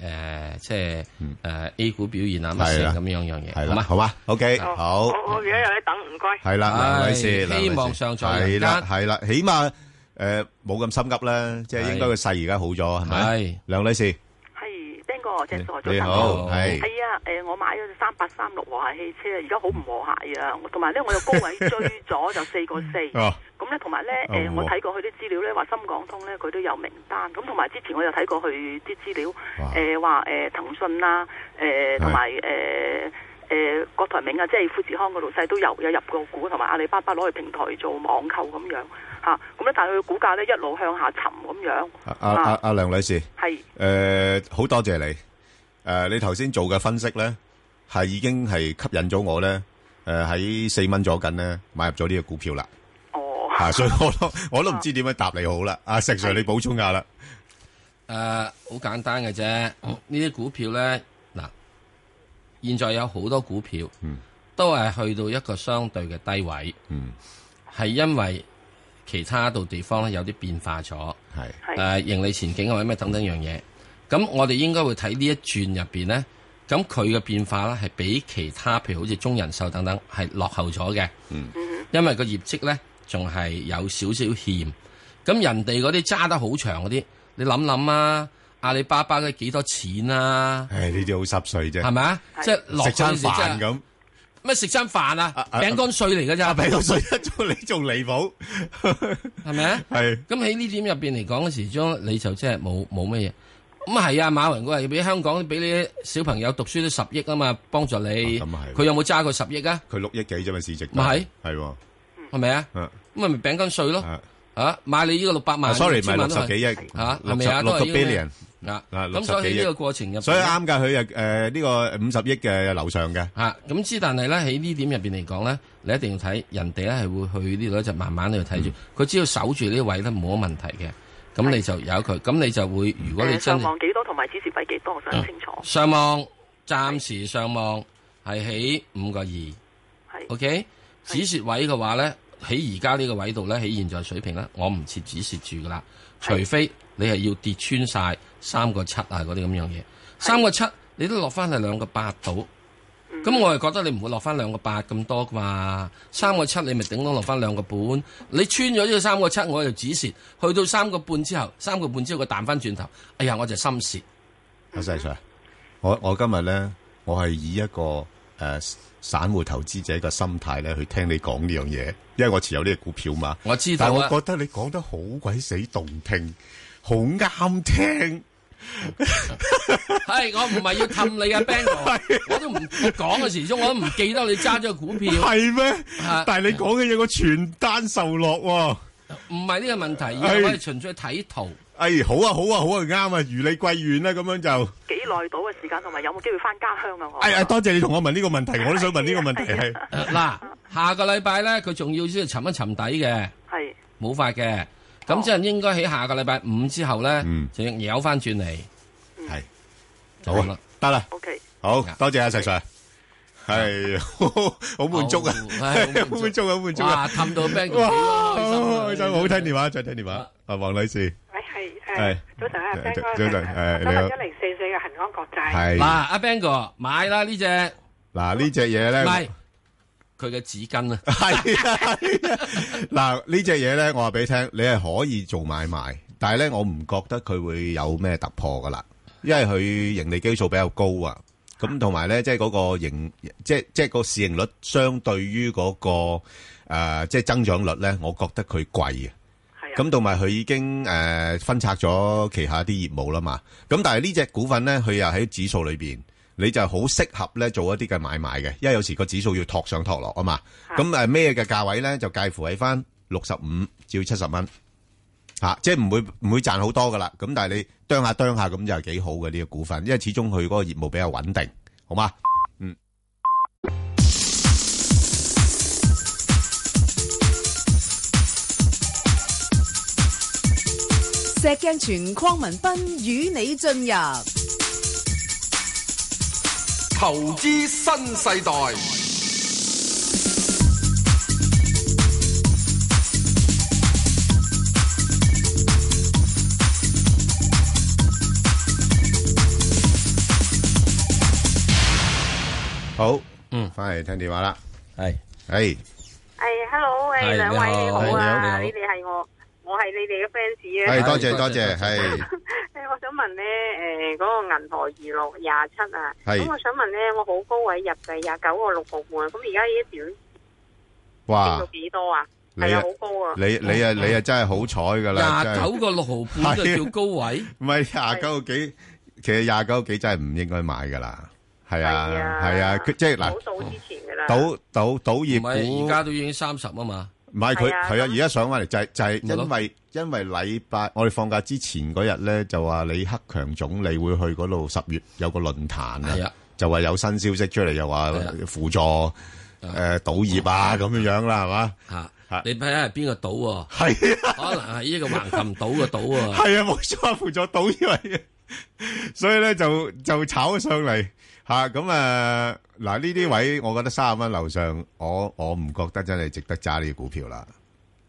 即係誒 A 股表現啊乜嗯係啦成咁樣樣嘢，係好啦，嘛？好嘛，OK，哦好。我我而家有得等，唔該。係啦，唉梁女士，希梁女士望尚在人係間啦，係啦，起碼诶冇咁心急啦，即係係應該個勢而家好咗，係係咪？梁女士，係 Ben 哥，即係你好，係係啊，誒，我買咗三八三六和諧汽車，而家好唔和諧啊！同埋咧，我又高位追咗就四個四。哦，咁咧，同埋咧，哦誒，我睇過佢啲資料咧，話深港通咧，佢都有名單。咁同埋之前我又睇過佢啲資料哇，誒話誒騰訊啦，誒同埋誒誒郭台銘啊，即係富士康個老細都有有入過股，同埋阿里巴巴攞去平台做網購咁樣嚇。咁咧，但係佢股價咧一路向下沉咁樣，阿阿阿阿梁女士，係诶，好多謝你，诶，你頭先做嘅分析咧，係已經係吸引咗我咧，诶，喺四蚊左緊咧買入咗呢個股票啦，哦。吓，所以我都我都唔知點樣答你好啦，阿石 Sir 你補充下啦，誒啊好簡單嘅啫，呢啲股票咧嗱，現在有好多股票，嗯都係去到一個相對嘅低位，嗯，係因為其他度地方咧有啲變化咗，係，誒、係啊盈利前景或者咩等等樣嘢，咁我哋應該會睇呢一轉入邊咧，咁佢嘅變化咧係比其他譬如好似中人壽等等係落後咗嘅，嗯因為個業績咧仲係有少少欠。咁人哋嗰啲揸得好長嗰啲，你諗諗啊，阿里巴巴嘅幾多錢啊？唉，呢啲好濕碎啫係，咪啊？即係落食嗰陣餐時真飯 係咁。咩食餐飯啊啊？啊餅乾碎嚟㗎咋？俾到水一做你仲離譜，係咪啊？係咁喺呢點入邊嚟講嘅時鐘，你就真係冇冇乜嘢。咁啊係啊，馬雲佢話俾香港俾你小朋友讀書都十億啊嘛，幫助你。啊咁啊係佢有冇揸過十億啊？佢六億幾啫嘛市值都，咪係係喎係咪啊？啊咁咪餅乾碎咯。啊啊，買你呢個六百啊萬，sorry 一唔係千萬六都十幾億，啊係六咪十啊六個都係呢 billion，啊，啊咁60所以喺幾億呢個過程入邊，所以啱㗎，佢又誒呢個五十億嘅樓上嘅，啊，咁之但係咧喺呢點入邊嚟講咧，你一定要睇人哋咧係會去呢度咧就慢慢喺度嗯睇住，佢只要守住呢位咧冇乜問題嘅，咁你就有佢，咁你就會如果你誒真上望幾多同埋指示費幾多，我想清楚。上望，暫時上望係喺五個二係，OK，止蝕位嘅話咧喺而家呢個位度咧喺現在水平咧，我唔設止蝕住噶啦，除非你係要跌穿晒三個七啊嗰啲咁樣嘢，三個七你都落翻係兩個八度。嗯咁我係覺得你唔會落翻兩個八咁多噶嘛，三個七你咪頂多落翻兩個半，你穿咗呢個三個七我就止蝕，去到三個半之後，三個半之後佢彈翻轉頭，哎呀我就心蝕，阿細 Sir，我我今日咧，我係以一個誒散戶投資者嘅心態咧去聽你講呢樣嘢，因為我持有呢個股票嘛，我知但道係啊我。覺得你講得好鬼死動聽，好啱聽。系，我唔係要氹 你啊，Bang 哥，我都唔講嘅時鐘，我都唔記得你揸咗個股票。系咩啊？但系你講嘅嘢，我全單受落喎。唔係呢個問題，而哎係我哋純粹睇圖。哎，好啊，好啊，好啊，啱啊，如你貴遠啦，咁樣就，幾耐到嘅時間，同埋有冇機會翻家鄉啊？我哎呀，多謝你同我問呢個問題，我都想問呢個問題係，呃嗱，下個禮拜咧，佢仲要即係沉一沉底嘅，係冇法嘅。咁即係應該喺下個禮拜五之後咧嗯，就扭翻轉嚟。係，就好咁啊啦，得啦， OK。好多謝阿石 Sir，係，好好滿足啊，好唉好滿足好滿 足啊，好滿足啊哇，，氹到 b a n 哇，開開心心，啊好聽電話，再聽電話，阿黃女士，喂，係係誒，早晨啊早 Ben 哥，早晨誒你好一零四四嘅恒安國嗱，際，係，阿 Bang 哥買啦呢只，唔嗱呢只嘢咧，係佢嘅紙巾啊，係啊，嗱呢只嘢咧，我話俾你聽，你係可以做買賣，但係咧，我唔覺得佢會有咩突破噶啦，因為佢盈利基數比較高啊，咁同埋咧，即係嗰個盈，即係即係個市盈率相對於嗰、個誒、呃即係增長率咧，我覺得佢貴啊。係啊咁同埋佢已經誒、呃分拆咗旗下啲業務啦嘛，咁但係呢只股份咧，佢又喺指數裏邊，你就好適合咧做一啲嘅買賣嘅，因為有時個指數要托上托落啊嘛，咁誒咩嘅價位咧就介乎喺翻六十五至七十蚊嚇，即係唔會唔會賺好多噶啦，咁但係你啄下啄下咁就係幾好嘅呢、個股份，因為始終佢嗰個業務比較穩定，好嘛？石鏡泉匡文斌與你進入投資新世代，好，嗯翻嚟聽電話啦，係誒係，hello，係誒，兩位你好好啊，係你好你好你哋係我，我係你哋嘅 fans 啊。係哎多謝多多謝，謝係誒，我想問咧，誒，嗰個銀河娛樂廿七啊，係咁我想問咧，我好高位入嘅廿九個六毫半，咁而家呢一段升哇到！幾多啊？你係啊啊，好高啊！你你啊你啊真係好彩噶啦，真廿係九個六毫半就叫高位，唔係廿九個幾，其實廿九個幾真係唔應該買噶啦，係啊係啊係啊，佢即係嗱好，早之前噶啦。賭賭賭唔業係股而，家都已經三十啊嘛，唔係佢係啊係啊，咁而家上翻嚟就係就係因咪為因為禮拜我哋放假之前嗰日咧，就話李克強總理會去嗰度十月有個論壇係啊啊，就話有新消息出嚟，又話係啊輔助誒賭業啊咁樣樣啦，係嘛？吓係，你睇下係邊個 賭係啊。喎，可能係呢個橫琴島嘅島喎。系啊，冇錯，輔助到以為，所以咧就就炒咗上嚟吓，咁啊嗱呢啲位，我覺得三十蚊樓上，我我唔覺得真係值得揸呢啲股票啦，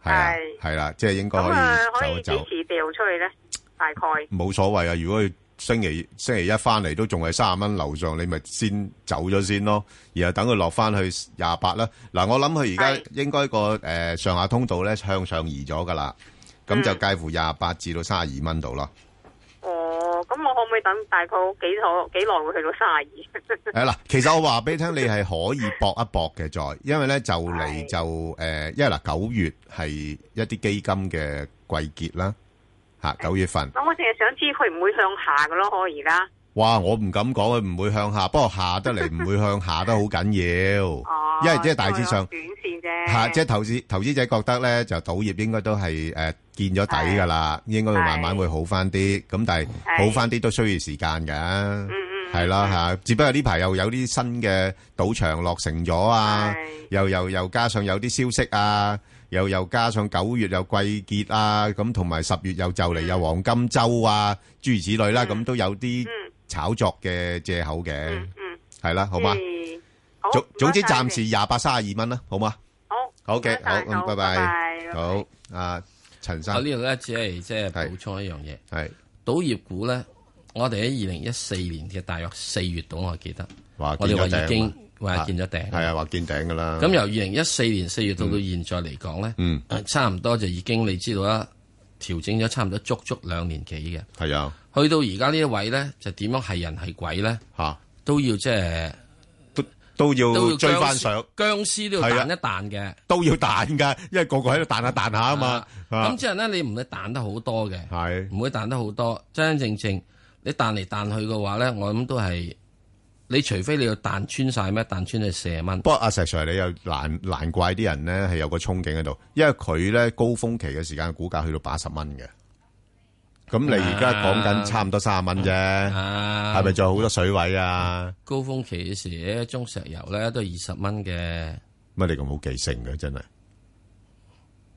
係啊係係啦，即係應該咁啊，可可以走以一幾走，時掉出去咧？大概冇所謂啊。如果佢星期星期一翻嚟都仲係三十蚊樓上，你咪先走咗先咯，然後等佢落翻去廿八啦。嗱，我諗佢而家係應該個誒、呃上下通道咧向上移咗噶啦，嗯咁就介乎廿八至到三十二蚊度咯。哦，咁我可唔可以等大概幾多幾耐會去到卅二？诶嗱，其實我話俾你聽，你係可以搏一搏嘅，再，因為咧就嚟係就诶、誒因為嗱九月係一啲基金嘅季結啦，吓九月份，咁我淨係想知佢唔會向下噶咯，我而家。哇，我唔敢講佢唔會向下，不過下得嚟唔會向下都好緊要， 哦，因為即係大致上因為我短線啫。吓，即係投資投資者覺得咧就賭業應該都係诶见咗底噶啦，應該會慢慢會好翻啲，咁但係係好翻啲都需要時間㗎。嗯嗯，系啦吓，只不過呢排又有啲新嘅賭場落成咗啊係，又又又加上有啲消息啊，又又加上九月又季結啊，咁同埋十月又就嚟有黃金周啊，諸如此類啦，咁都有啲嗯炒作嘅借口嘅，嗯嗯，係啦，好嘛？嗯？好，總總之唔該晒暫時廿八三十二蚊啦，好嘛？好，好嘅唔該晒好咁拜拜好，阿陳我生呢度咧只係即係係補充一樣嘢，係賭業股咧，我哋喺二零一四年嘅大約四月度，我記得，話我見哋咗話已頂經啊話見咗頂。嘛，係啊，話見頂噶啦。咁由二零一四年四月到到現在嚟講咧，嗯呃差唔多就已經你知道啦，調整咗差唔多足足兩年幾嘅，係啊，去到而家呢一位咧，就點樣係人係鬼咧，吓都要即係都都都要要追僵翻屍上。僵屍都要係啊彈一彈嘅。都要彈噶，因為個個喺度彈下彈下啊嘛啊。咁之後咧，你唔會彈得好多嘅，係唔會彈得好多，真真正正你彈嚟彈去嘅話咧，我諗都係你除非你要彈穿晒咩？彈穿係四十蚊。不過阿石 Sir，你又難難怪啲人咧係有個憧憬喺度，因為佢咧高峰期嘅時間股價去到八十蚊嘅。咁你而啊家講緊差唔多三十蚊啫，係咪仲有好多水位啊？高峰期嘅時，中石油咧都係二十蚊嘅。乜你咁好記性嘅真係？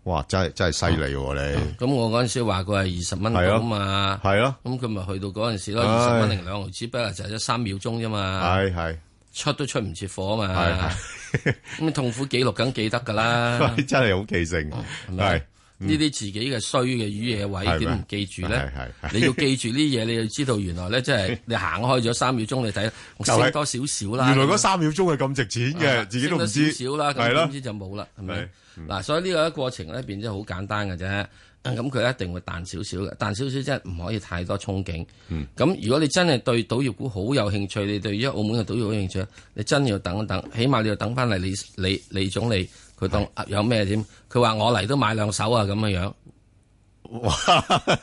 哇！真係真係犀利喎你。咁我嗰陣時話佢係二十蚊係咯到啊嘛，係咯。咁佢咪去到嗰陣時咯，唉二十蚊零兩毫紙，不過就係咗三秒鐘啫嘛，係係出都出唔切火啊嘛 係，咁痛苦記錄梗記得 㗎啦，係，真係好記性，咪係呢啲自己嘅衰嘅魚嘢係咪位點唔記住咧係？係係你要記住呢啲嘢，你要知道原來咧，即 係你行開咗三秒鐘，你睇我就係升多少少啦。原來嗰三秒鐘係咁值錢嘅，自己都唔知。少啦，係咁咯點知就冇啦，係咪係？嗯嗱，所以呢個過程咧變咗好簡單嘅啫。啊咁佢一定會彈少少嘅，彈少少即係唔可以太多憧憬。咁、嗯如果你真係對賭業股好有興趣，你對於澳門嘅賭業好有興趣，你真要等一等，起碼你要等翻嚟李李李總理佢當有咩點？佢話我嚟都買兩手啊咁樣樣。 哇！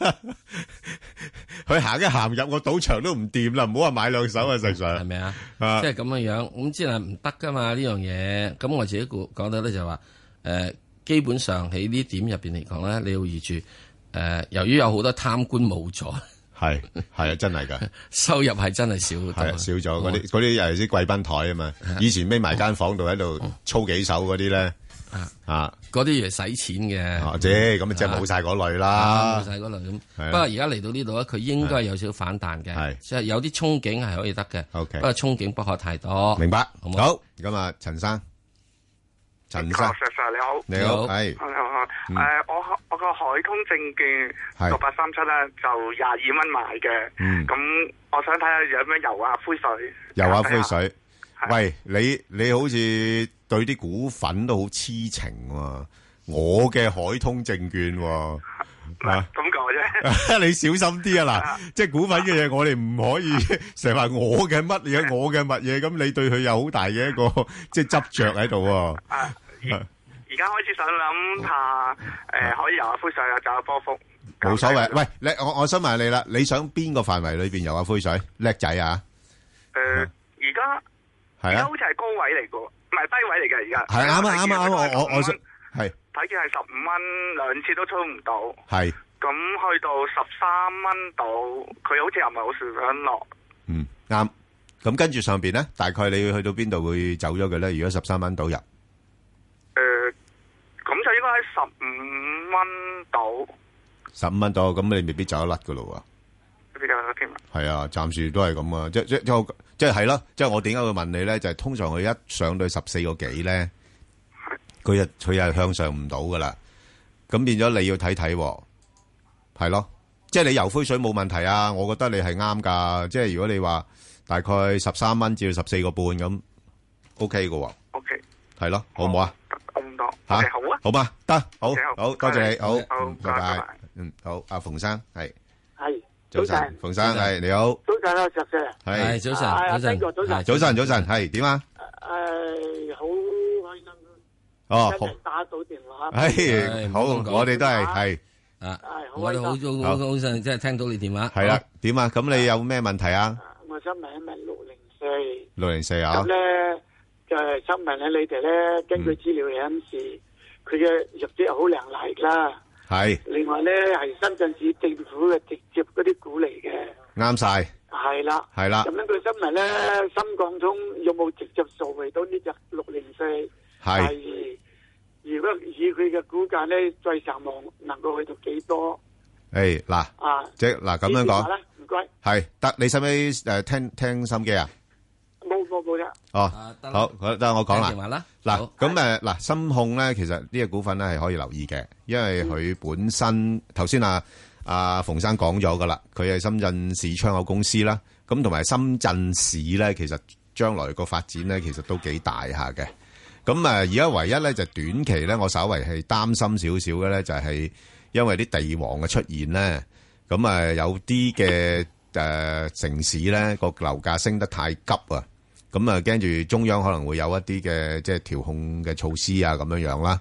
佢行一行入個賭場都唔掂啦，唔好話買兩手啊，石 係 Sir。咪啊？啊即係咁樣樣，咁即係唔得噶嘛呢樣嘢。咁我自己估講到咧就係話，誒、基本上喺呢點入邊嚟講咧，你要預住，誒、由於有好多貪官冇咗，係係啊，真 係㗎，收入係真係少好係啊多。少咗嗰啲嗰啲尤其是貴賓台啊 嘛，以前匿埋間房度喺度操幾手嗰啲咧，啊嗰啲嘢使錢嘅，或者咁啊，即係冇晒嗰類啦冇，晒嗰類咁。係啊不過而家嚟到呢度咧，佢應該係有少少反彈嘅係，即係有啲憧憬係可以得嘅。 OK 不過憧憬不可太多。明白？好冇好，咁啊，陳生，陳生，你好，你你好，好係你好，嗯誒，我我個海通證券嗯係六八三七咧就廿二蚊買嘅嗯，咁我想睇下有咩油啊灰水，游下灰水。係喂，你你好似對啲股份都好痴情喎，我嘅海通證券喎。啊咁講 啫，你小心啲啊！嗱，即系股份嘅嘢，我哋唔可以 成日話我嘅乜嘢，我嘅乜嘢，咁你對佢有好大嘅一個 即係執着喺度喎。啊，而而家開始想諗下誒可以游下灰水啊，走下波幅，冇所謂。喂，你我我想問你啦，你想邊個範圍裏边游下灰水？叻仔啊，誒而家而係家啊好，似係高位嚟嘅喎，唔係低位嚟嘅而家，係啱啊，啱啊，啱啊！我我我想睇係見係十五蚊兩次都衝唔到。係咁去到十三蚊度，佢好似又唔係好想落，嗯啱。咁跟住上边咧，大概你去到邊度會走咗佢咧？如果十三蚊到入，诶、呃咁就應該喺十五蚊度十五蚊到，咁你未必走得甩噶咯喎。比較多添。系啊，暫時都係咁啊，即即即我即係係咯，即係我點解會問你咧？就係、通常佢一上到十四個幾咧，佢就佢又向上唔到噶啦，咁變咗你要睇睇喎，係咯，即係你游灰水冇問題啊，我覺得你係啱噶，即係如果你話大概十三蚊至到十四個半咁，OK 噶喎， O K，係咯，好唔好啊？咁多嚇，O K，好啊。好嘛，得，好好，好多謝你，好好，嗯拜拜拜拜，嗯，好，阿馮生係，系早晨，馮生係你好，早晨啊，石 Sir，係係早啊啊晨，邊個早晨係早晨，早晨係點啊？诶，好开心，哦，今日打到电话，唉，唉，好，唔好咁講。我哋都係，係，啊係好我哋好開早好好好真係聽到你電話。係啦，點啊？咁你有咩問題啊？我想问一问六零四， 604啊？嗯咁咧就系想问下你哋咧，根据资料显示，佢嘅入绩好靓丽啦，另外咧系深圳市政府嘅直接嗰啲股嚟嘅，係，啱晒，係啦。系啦。咁樣佢新聞咧，深港通有冇直接受惠到呢只六零四？係第二，如果以佢嘅股價咧，再上望能夠去到幾多誒，嗱，啊？即係嗱，咁樣呢段話呢，唔該，講，係，得，你使唔使，誒，聽-聽心機冇冇冇啦。啊？哦，啊，得啦。好，好，得，我講啦。聽電話啦。嗱，好。咁，誒，嗱，深控呢，其實呢隻股份呢，係可以留意嘅，因為佢本身，頭先啊-呃呃啊，馮生港咗㗎喇，佢係深圳市窗口公司啦，咁同埋深圳市呢，其實將來個發展呢，其實都幾大下嘅。咁，誒，而家唯一呢，就短期呢，我稍微係擔心少少嘅呢，就係因為啲地王嘅出現呢，咁，誒，有啲嘅，誒，城市呢，個樓價升得太急啊，咁啊，驚住中央可能會有一啲嘅即係調控嘅措施啊，咁樣樣啦。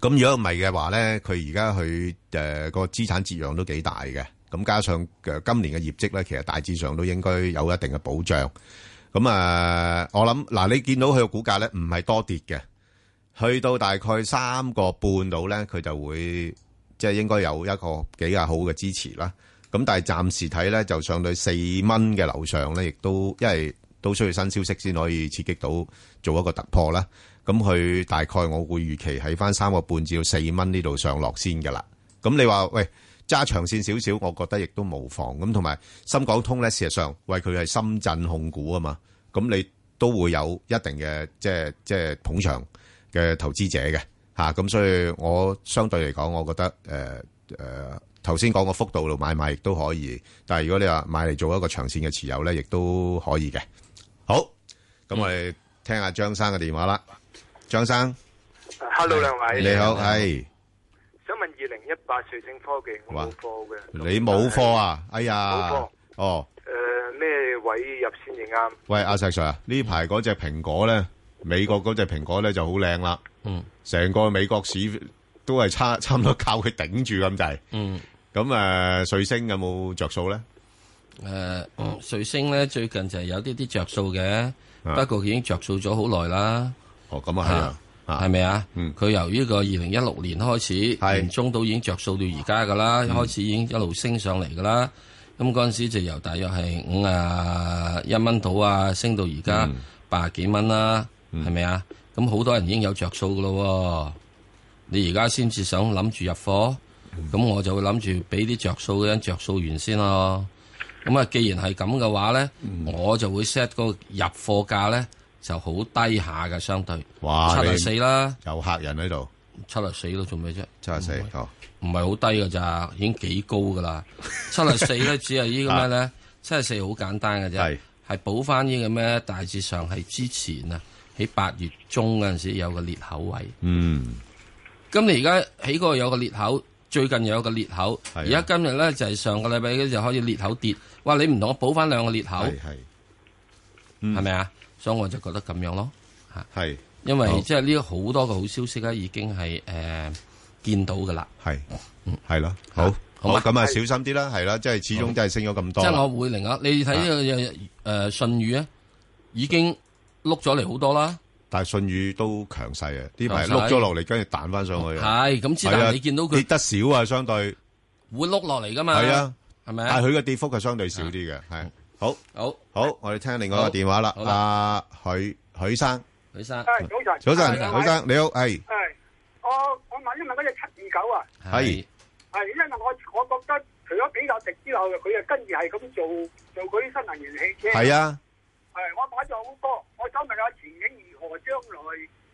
咁如果唔係嘅話咧，佢而家佢誒個資產折讓都幾大嘅，咁加上誒今年嘅業績咧，其實大致上都應該有一定嘅保障。咁啊，我諗嗱，你見到佢個股價咧，唔係多跌嘅，去到大概三個半度咧，佢就會即係應該有一個比較好嘅支持啦。咁但係暫時睇咧，就上到四蚊嘅樓上咧，亦都因為都需要新消息先可以刺激到做一個突破啦。咁佢大概我會預期喺翻三個半至到四蚊呢度上落先㗎啦。咁你話喂揸長線少少，我覺得亦都無妨。咁同埋深港通咧，事實上喂佢係深圳控股啊嘛，咁你都會有一定嘅即係即係捧場嘅投資者嘅嚇。咁、所以我相對嚟講，我覺得誒誒頭先講個幅度度買賣亦都可以，但係如果你話買嚟做一個長線嘅持有咧，亦都可以嘅。好，咁我哋聽下張生嘅電話啦。張生 Hello，兩位你好，係想問二零一八瑞星科技我冇貨嘅，你冇貨啊？哎呀，冇貨哦。誒咩位入先至啱？喂，阿石 Sir 啊，呢排嗰只蘋果咧，美國嗰只蘋果咧就好靚啦，嗯，成個美國市都係差 差唔多靠佢頂住咁滯，嗯，咁誒、呃瑞星有冇着數咧？誒、嗯瑞星咧最近就係有啲啲着數嘅，啊不過佢已經着數咗好耐啦。哦，咁啊係啊，係咪啊？佢由呢個二零一六年開始，年中到已經着數到而家噶啦，開始已經一路升上嚟噶啦。咁嗰陣時就由大約係五啊一蚊到啊，升到而家八啊幾蚊啦，係咪啊？咁好多人已經有着數噶咯喎。你而家先至想諗住入貨，咁我就會諗住俾啲着數嘅人着數完先咯。咁啊，既然係咁嘅話咧，我就會 set 個入貨價咧就好低下嘅，相對哇七啊你四啦，有客人喺度，七啊四咯，做咩啫？七啊四哦，唔係好低㗎咋，已經幾高㗎 啦。七啊四咧，只係呢個咩咧？七啊四好簡單嘅啫，係補翻呢個咩？大致上係之前啊，喺八月中嗰陣時有個裂口位。嗯，咁你而家喺嗰個有個裂口，最近有個裂口，而家今日咧就係、啊上個禮拜咧就開始裂口跌，哇！你唔同我補翻兩個裂口，係係，係咪啊？所以我就覺得咁樣咯，嚇，係，因為好即係呢好多個好消息咧已經係誒、呃、見到噶啦，係係咯，好，哦嗯好好嘛咁啊，小心啲啦，係啦，即係始終真係升咗咁即多啦，啊係我會另外，你睇呢個誒信譽咧已經碌咗嚟好多啦。但係信譽都強勢啊，呢排強勢碌咗落嚟，跟住彈翻上去啊，係咁之係但啊係你見到佢跌得少啊，相對。會碌落嚟噶嘛？係啊，係咪但啊係？佢嘅跌幅係相對少啲嘅，係好，好，好，我哋聽另外一個電話啦，阿許許生，許生係早早晨，晨，係許生你好，係係我我問一問嗰只七二九啊，係係因為我我覺得除咗比較值之後，佢就跟住係咁做做嗰啲新能源汽車。係啊，係我買咗好多，我想問下前景如何，將來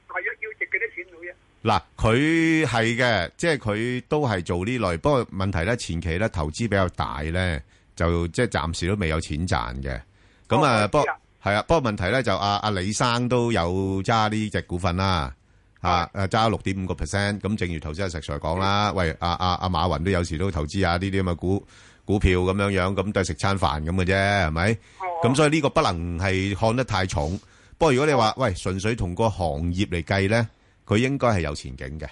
大約要值幾多錢到啫？嗱，佢係嘅，即係佢都係做呢類，不過問題咧前期咧投資比較大咧，就即係暫時都未有錢賺嘅，咁啊，不過係啊，不過問題咧就阿阿李生都有揸呢只股份啦。啊誒揸六點五個 percent，咁正如頭先阿石 Sir 講啦，喂阿阿阿馬雲都有時都投資下呢啲咁嘅股股票咁樣樣，咁都係食餐飯咁嘅啫，係咪？咁所以呢個不能係看得太重。不過如果你話喂純粹同個行業嚟計咧，佢應該係有前景嘅，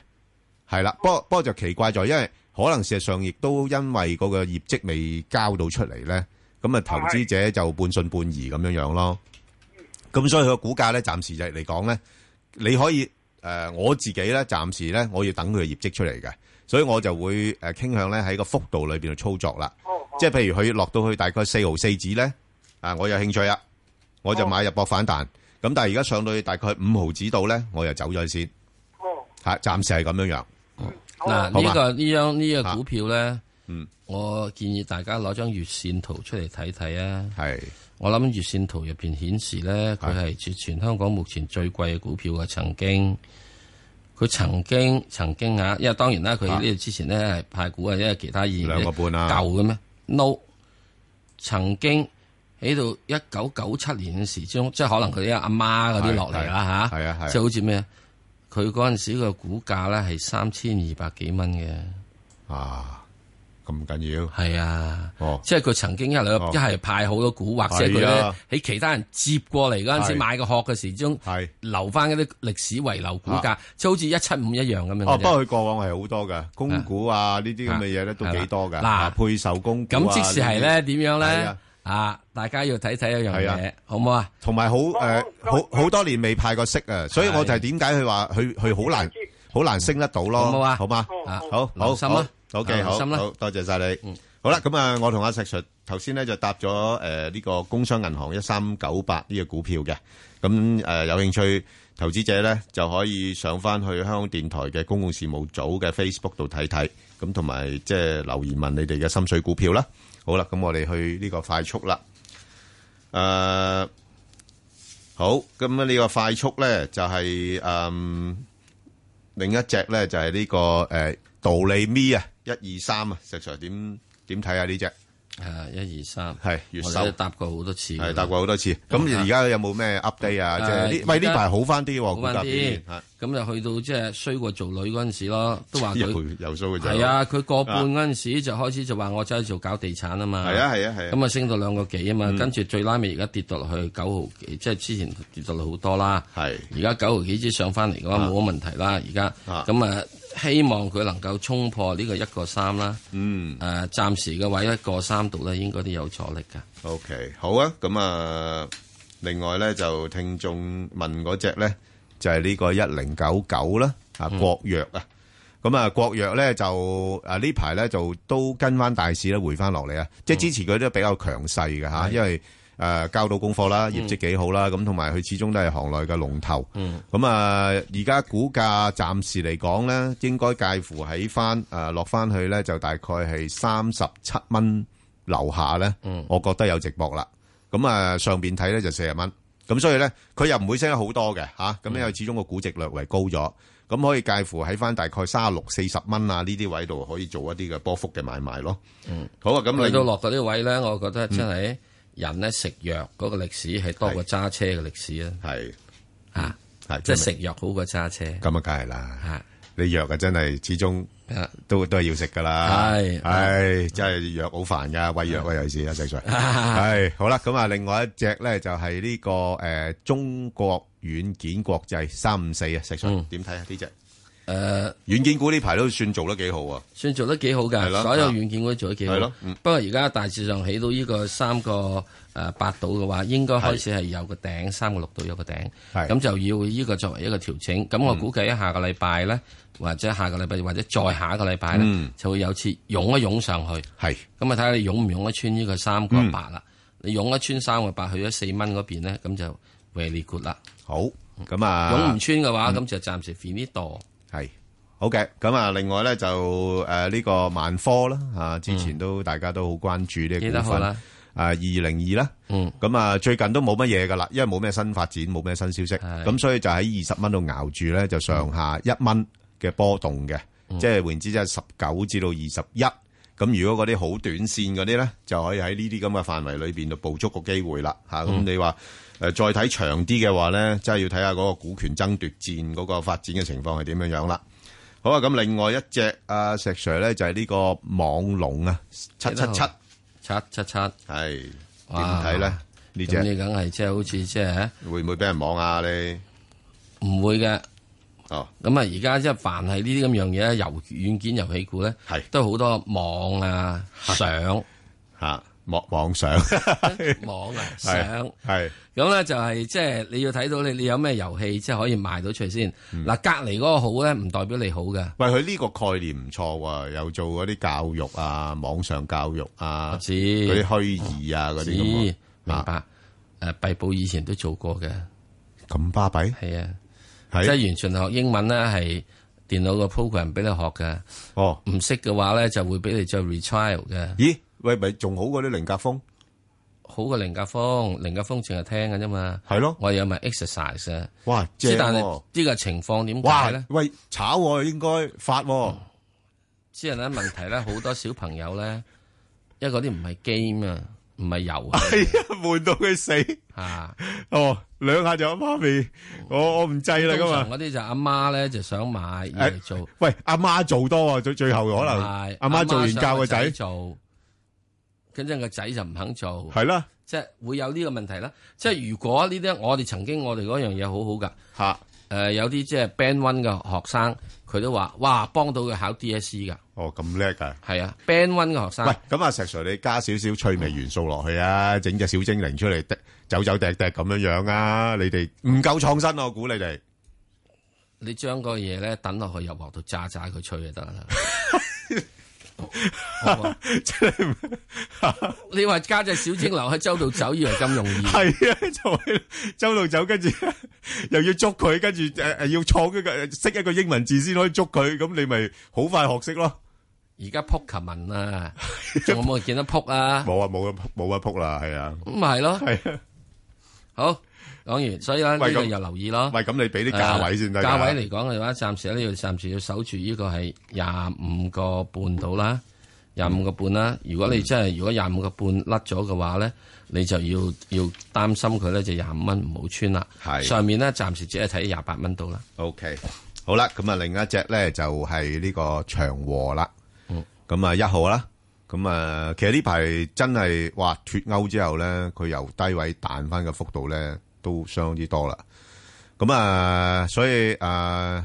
係啦。不過不過就奇怪在，因為可能事實上亦都因為嗰個業績未交到出嚟咧，咁啊投資者就半信半疑咁樣樣咯。咁所以佢個股價咧，暫時就嚟講咧，你可以誒、呃我自己咧，暫時咧，我要等佢嘅業績出嚟嘅，所以我就會誒傾向咧喺個幅度裏邊去操作啦。哦即係譬如佢落到去大概四毫四子咧，啊，我有興趣啊，我就買入博反彈。咁但係而家上到去大概五毫子度咧，我又走咗先。哦，嚇，暫時係咁樣樣。嗱，好嘛啊嗯呢個呢樣呢個股票咧，我建議大家攞張月線圖出嚟睇睇啊。係，我諗月線圖入邊顯示咧，佢係全香港目前最貴嘅股票嘅曾經。佢曾經曾經嚇，因為當然啦，佢呢度之前咧係派股啊，因為其他意啊兩個半啊舊嘅咩？No，曾經喺度一九九七年嘅時鐘，即係可能佢啲阿媽嗰啲落嚟啦係係啊係吓，啊即係好似咩？佢嗰陣時個股價咧係三千二百幾蚊嘅。啊，咁緊要？係啊，哦，即係佢曾經一兩哦一係派好多股，或者佢係咧啊喺其他人接過嚟嗰陣時係買個殼嘅時鐘，留翻嗰啲歷史遺留股價啊，即係好似一七五一樣咁樣嘅啫。哦，不過佢過往係好多嘅，啊供股啊呢啲咁嘅嘢咧都幾多嘅。嗱啊配售供股啊咁即使係咧呢啲點樣係咧啊？啊，大家要睇睇一樣係啊嘢，好唔好啊？同埋好诶，好好多年未派過息啊，所以我就係點解佢話佢佢好難好難升得到咯，好唔好啊好嘛，啊好好留心啦好，OK，留好，心啦好多謝晒你。好啦，咁啊，我同阿石 Sir 頭先咧就答咗诶呢個工商銀行一三九八呢個股票嘅，咁诶有興趣投資者咧就可以上翻去香港電台嘅公共事務組嘅 Facebook 度睇睇，咁同埋即係留言問你哋嘅心水股票啦。好啦，咁我哋去呢個快速啦。诶、好，咁呢個快速咧就係嗯另一隻咧就係呢、個诶杜利咪啊，一二三啊，石 Sir 點點睇下呢只？诶，啊一二三係越我哋秀都答過好多次㗎啦，係答過好多次。咁而家有冇咩 update 啊？即係呢誒喂而家呢排好翻啲喎，好股翻價表啲現嚇，咁就去到即係衰過做女嗰陣時 咯，都話又啊佢又衰嘅啫。係啊，佢過半嗰陣時就開始就話我走去做搞地產啊嘛，係啊係啊係啊咁啊升到兩個幾啊嘛嗯，跟住最拉尾而家跌到落去九毫幾，即係之前跌到落好多啦，係而家九毫幾之上翻嚟嘅話啊冇乜問題啦，而家咁啊希望佢能夠衝破呢個一個三啦，嗯，誒暫時嘅位一個三度咧應該都有阻力㗎。 OK，好啊，咁啊，另外咧就聽眾問嗰只咧就係呢個一零九九啦，啊國藥啊，咁啊國藥咧就啊呢排咧就都跟翻大市咧回翻落嚟啊，即係支持佢都比較強勢嘅嚇，因為誒呃交到功課啦，業績幾好啦，咁同埋佢始終都係行內嘅龍頭。嗯咁啊，而家股價暫時嚟講咧，應該介乎喺翻誒落翻去咧，就大概係三十七蚊樓下咧。嗯我覺得有直播啦。咁啊，上邊睇咧就四十蚊。咁所以咧，佢又唔會升得好多嘅嚇。嗯咁、因為始終個估值略為高咗，咁可以介乎喺翻大概三十六、四十蚊啊呢啲位度可以做一啲嘅波幅嘅買賣咯。嗯，好啊，咁嗯去你到落嗰啲位咧，我覺得真係人咧食藥嗰個歷史係多過揸車嘅歷史啊。係嗯啊，係即係食藥好過揸車。咁啊，梗係啦。你藥啊，真係始終啊都都係要食噶啦。係唉，真係藥好煩噶，喂藥啊，尤其是啊，石 Sir。係好啦，咁啊，另外一隻咧就係呢個誒中國軟件國際三五四啊，石 Sir 點睇啊呢只？誒軟件股呢排都算做得幾好啊，算做得幾好係咯㗎，所有軟件都做得幾好。係咯嗯不過而家大致上起到呢個三個誒八度嘅話，應該開始係有個頂，三個六度有個頂。係咁就要呢個作為一個調整。咁我嗯估計下個禮拜咧，或者下個禮拜，或者再下一個禮拜咧嗯，就會有次湧一湧上去。係咁啊，睇下你湧唔湧得穿呢個三個嗯八啦。你湧得穿三個八去咗四蚊嗰邊咧，咁就 very good 啦。好咁啊，湧唔穿嘅話，咁就暫時 f i n i 度。系好嘅，咁啊，另外咧就诶呢個萬科啦，啊之前都大家都好關注呢記個得股好份，啦啊二零二啦，嗯，咁啊最近都冇乜嘢噶啦，因為冇咩新發展，冇咩新消息，咁所以就喺二十蚊度熬住咧，就上下一蚊嘅波動嘅，嗯即係換言之即係十九至到二十一。咁如果嗰啲好短線嗰啲咧，就可以喺呢啲咁嘅範圍裏邊度捕捉個機會啦嚇。咁、嗯你話誒、再睇長啲嘅話咧，真係要睇下嗰個股權爭奪戰嗰個發展嘅情況係點樣樣啦。好啊，咁另外一隻啊石 Sir 咧就係、呢個網龍啊，七七七七七七係點睇咧？呢咁隻你梗係即係好似即係會唔會俾人網啊？你唔會嘅。哦，咁啊，而家即係凡係呢啲咁樣嘢咧，遊軟件、遊戲股咧，都好多網啊、 相嚇、網網上 網啊、相。係咁咧就係即係你要睇到你你有咩遊戲即係可以賣到出嚟先。嗯嗱，隔離嗰個好咧，唔代表你好嘅。喂，佢呢個概念唔錯喎，有做嗰啲教育啊、網上教育啊，知嗰啲虛擬啊嗰啲咁喎知明白？誒，閉報以前都做過嘅。咁巴閉？係啊，係即係完全學英文咧，係電腦個 program 俾你學嘅。哦，唔識嘅話咧，就會俾你再 retrial 嘅。咦？喂，咪仲好過啲凌格風？好過凌格風，凌格風淨係聽嘅啫嘛。係咯，我有咪 exercise 啊。哇，之正但喎係呢個情況點哇解嗯咧？！喂，炒喎應該發喎，之後咧問題咧，好多小朋友咧，因為嗰啲唔係 game 啊，唔係遊戲。係啊，悶到佢死啊！哦，兩下就阿媽咪，我我唔制啦通咁常啊！嗰啲就阿媽咧就想買要嚟做，喂，阿媽做多喎，最最後可能係阿媽做完教個阿媽想仔個做，跟住個仔就唔肯做。係啦，即係會有呢個問題啦。即係如果呢啲我哋曾經我哋嗰樣嘢好好噶，嚇誒有啲即係 Band One 嘅學生，佢都話：哇，幫到佢考 DSE 㗎。哦，咁叻啊！係啊，Band One 嘅學 生。喂，咁啊，石Sir，你加少少趣味元素落去啊，整隻小精靈出嚟，滴-走走趯趯咁樣樣啊，你哋唔夠創新啊，我估你哋。你將個嘢咧等落去入鑊度炸炸佢吹就 得啦。啊你話加隻小精流喺周度走，以為咁容易？ 係啊，就係周六走，跟住，呃，要捉佢，跟住，呃，要創一個，識一個英文字先可以捉佢，咁你咪好快學識咯。而家撲琴文啊，仲有冇見得撲啊？冇啊，冇啊，冇啊，撲啦，係啊。咁咪係咯。係啊。好，講完，所以咧呢喂度咁又留意咯。啊喂咁你俾啲價位先得㗎價位嚟講嘅話，暫時咧要暫時要守住呢個係廿五個半到啦，廿五個半啦。如果你真嗯係如果廿五個半甩咗嘅話咧，你就要要擔心佢咧就廿五蚊唔好穿啦。係上面咧暫時只係睇廿八蚊到啦。 OK，好啦，咁啊，另一隻呢，就係呢個長和啦。咁啊，一號啦，咁啊，其實呢排真係，哇，脫歐之後呢，佢由低位彈返嘅幅度呢，都相當之多啦。咁啊，所以，啊，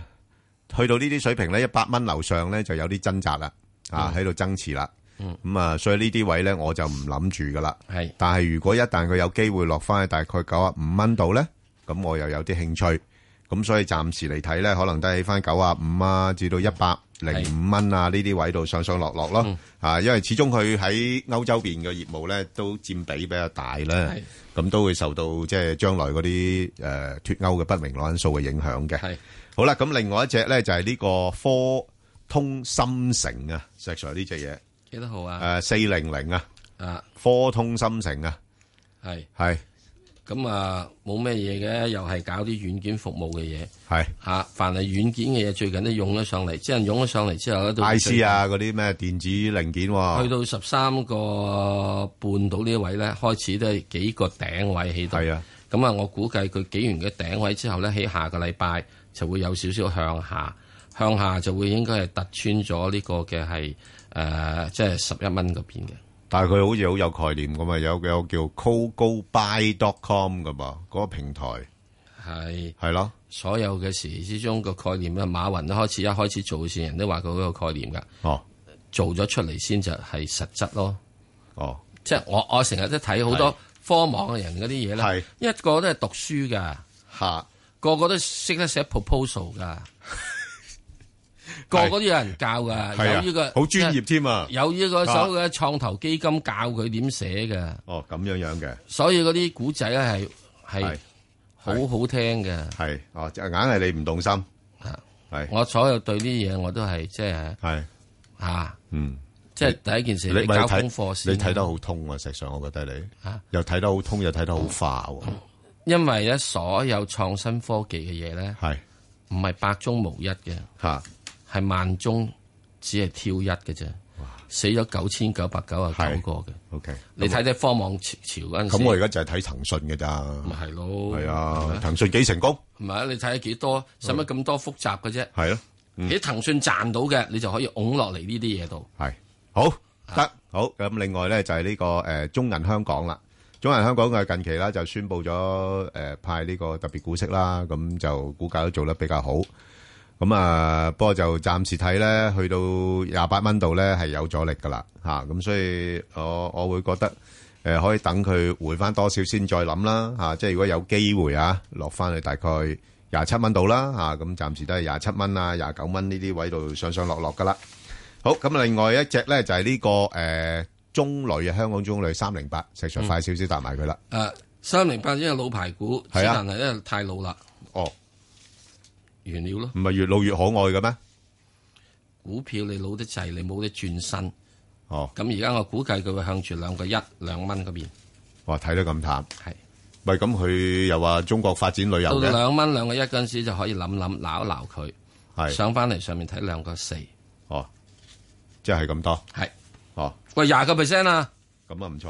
去到呢啲水平呢，100蚊樓上呢，就有啲掙扎啦，啊，嗯。喺度爭持啦。嗯。咁啊，所以呢啲位呢，我就唔諗住㗎啦。但係如果一旦佢有機會落返去大概95蚊度呢，咁我又有啲興趣。咁所以暫時嚟睇咧，可能都喺翻九啊五啊，至到一百零五蚊啊呢啲位度上上落落咯。啊，因為始終佢喺歐洲邊嘅業務咧，都佔比比較大啦係，咁都會受到即係將來嗰啲誒脱歐嘅不明朗因素嘅影響嘅。係好啦，咁另外一隻咧就係呢個科通芯城啊，石 Sir 呢只嘢。幾多號啊？誒四零零啊，啊科通芯城啊，係係咁啊，冇咩嘢嘅，又係搞啲軟件服務嘅嘢。係吓，啊凡係軟件嘅嘢，最近都湧咗上嚟，即係湧咗上嚟之後咧，都 I C 啊嗰啲咩電子零件去喎，到十三個半到呢位咧，開始都係幾個頂位起到。係啊，咁啊，我估計佢幾完嘅頂位之後咧，喺下個禮拜就會有少少向下，向下就會應該係突穿咗呢個嘅係誒，即係十一蚊嗰邊嘅。但係佢好似好有概念咁啊，有有叫 CoGoBuy.com 噶噃，嗰個平台係係咯。所有嘅時之中個概念咧，馬雲都開始一開始做先，人都話佢嗰個概念㗎。哦，做咗出嚟先就係實質咯。哦，即係我我成日都睇好多科網嘅人嗰啲嘢咧，一個都係讀書㗎，嚇個個都識得寫 proposal 㗎，個個都有人教㗎，係啊有呢個好專業添啊有呢個所謂嘅創投基金教佢點寫㗎。哦，咁樣樣嘅。所以嗰啲古仔咧係係係好好聽嘅。係哦，就硬係你唔動心。係我所有對呢啲嘢我都係即係係啊，嗯，即係第一件事你咪交睇功課先啦。你睇得好通啊！石上，我覺得你嚇又睇得好通，又睇得好化喎。因為咧所有創新科技嘅嘢咧，係唔係百中無一嘅，嚇係萬中只係挑一嘅啫。死咗九千九百九啊九個嘅。 OK，你睇睇科網潮潮嗰陣時咁啊我而家就係睇騰訊嘅咋。咪係咯，係係啊嗯咪，騰訊幾成功？唔係啊？你睇下幾多，使乜咁多複雜嘅啫？係咯，喺騰訊賺到嘅，你就可以拱落嚟呢啲嘢度。係好得好咁，另外咧就係呢個誒中銀香港啦。中銀香港嘅近期啦就宣布咗誒派呢個特別股息啦，咁就股價都做得比較好。咁啊，不過就暫時睇咧，去到廿八蚊度咧係有阻力噶啦嚇。咁所以我我會覺得誒可以等佢回翻多少先再諗啦嚇。即係如果有機會啊，落翻去大概廿七蚊度啦嚇。咁暫時都係廿七蚊啊、廿九蚊呢啲位度上上落落噶啦。好，咁另外一隻咧就係呢、個誒、中旅啊，香港中旅三零八，石 Sir 嗯快少少答埋佢啦。誒，三零八因為老牌股，只啊係啊但係因為太老啦，哦，完了咯。唔係越老越可愛嘅咩？股票你老得滯，你冇得轉身。哦，咁而家我估計佢會向住兩個一兩蚊嗰邊，哇，睇得咁淡。係。喂，咁佢又話中國發展旅遊到到嘅。兩蚊兩個一嗰陣時就可以諗諗鬧一鬧佢，係上翻嚟上面睇兩個四，哦，即係咁多。係。哦，喂廿個 percent 啊，咁啊唔錯。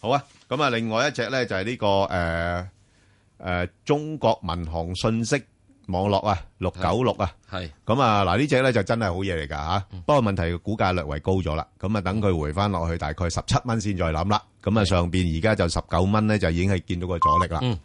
好啊，咁啊，另外一隻咧就係呢、個誒誒、中國民航信息網絡啊，六九六啊。係咁啊，嗱呢只咧就真係好嘢嚟㗎嚇。不過問題股價略為高咗啦，咁啊等佢回翻落去大概十七蚊先再諗啦。咁啊上邊而家就十九蚊咧就已經係見到個阻力啦。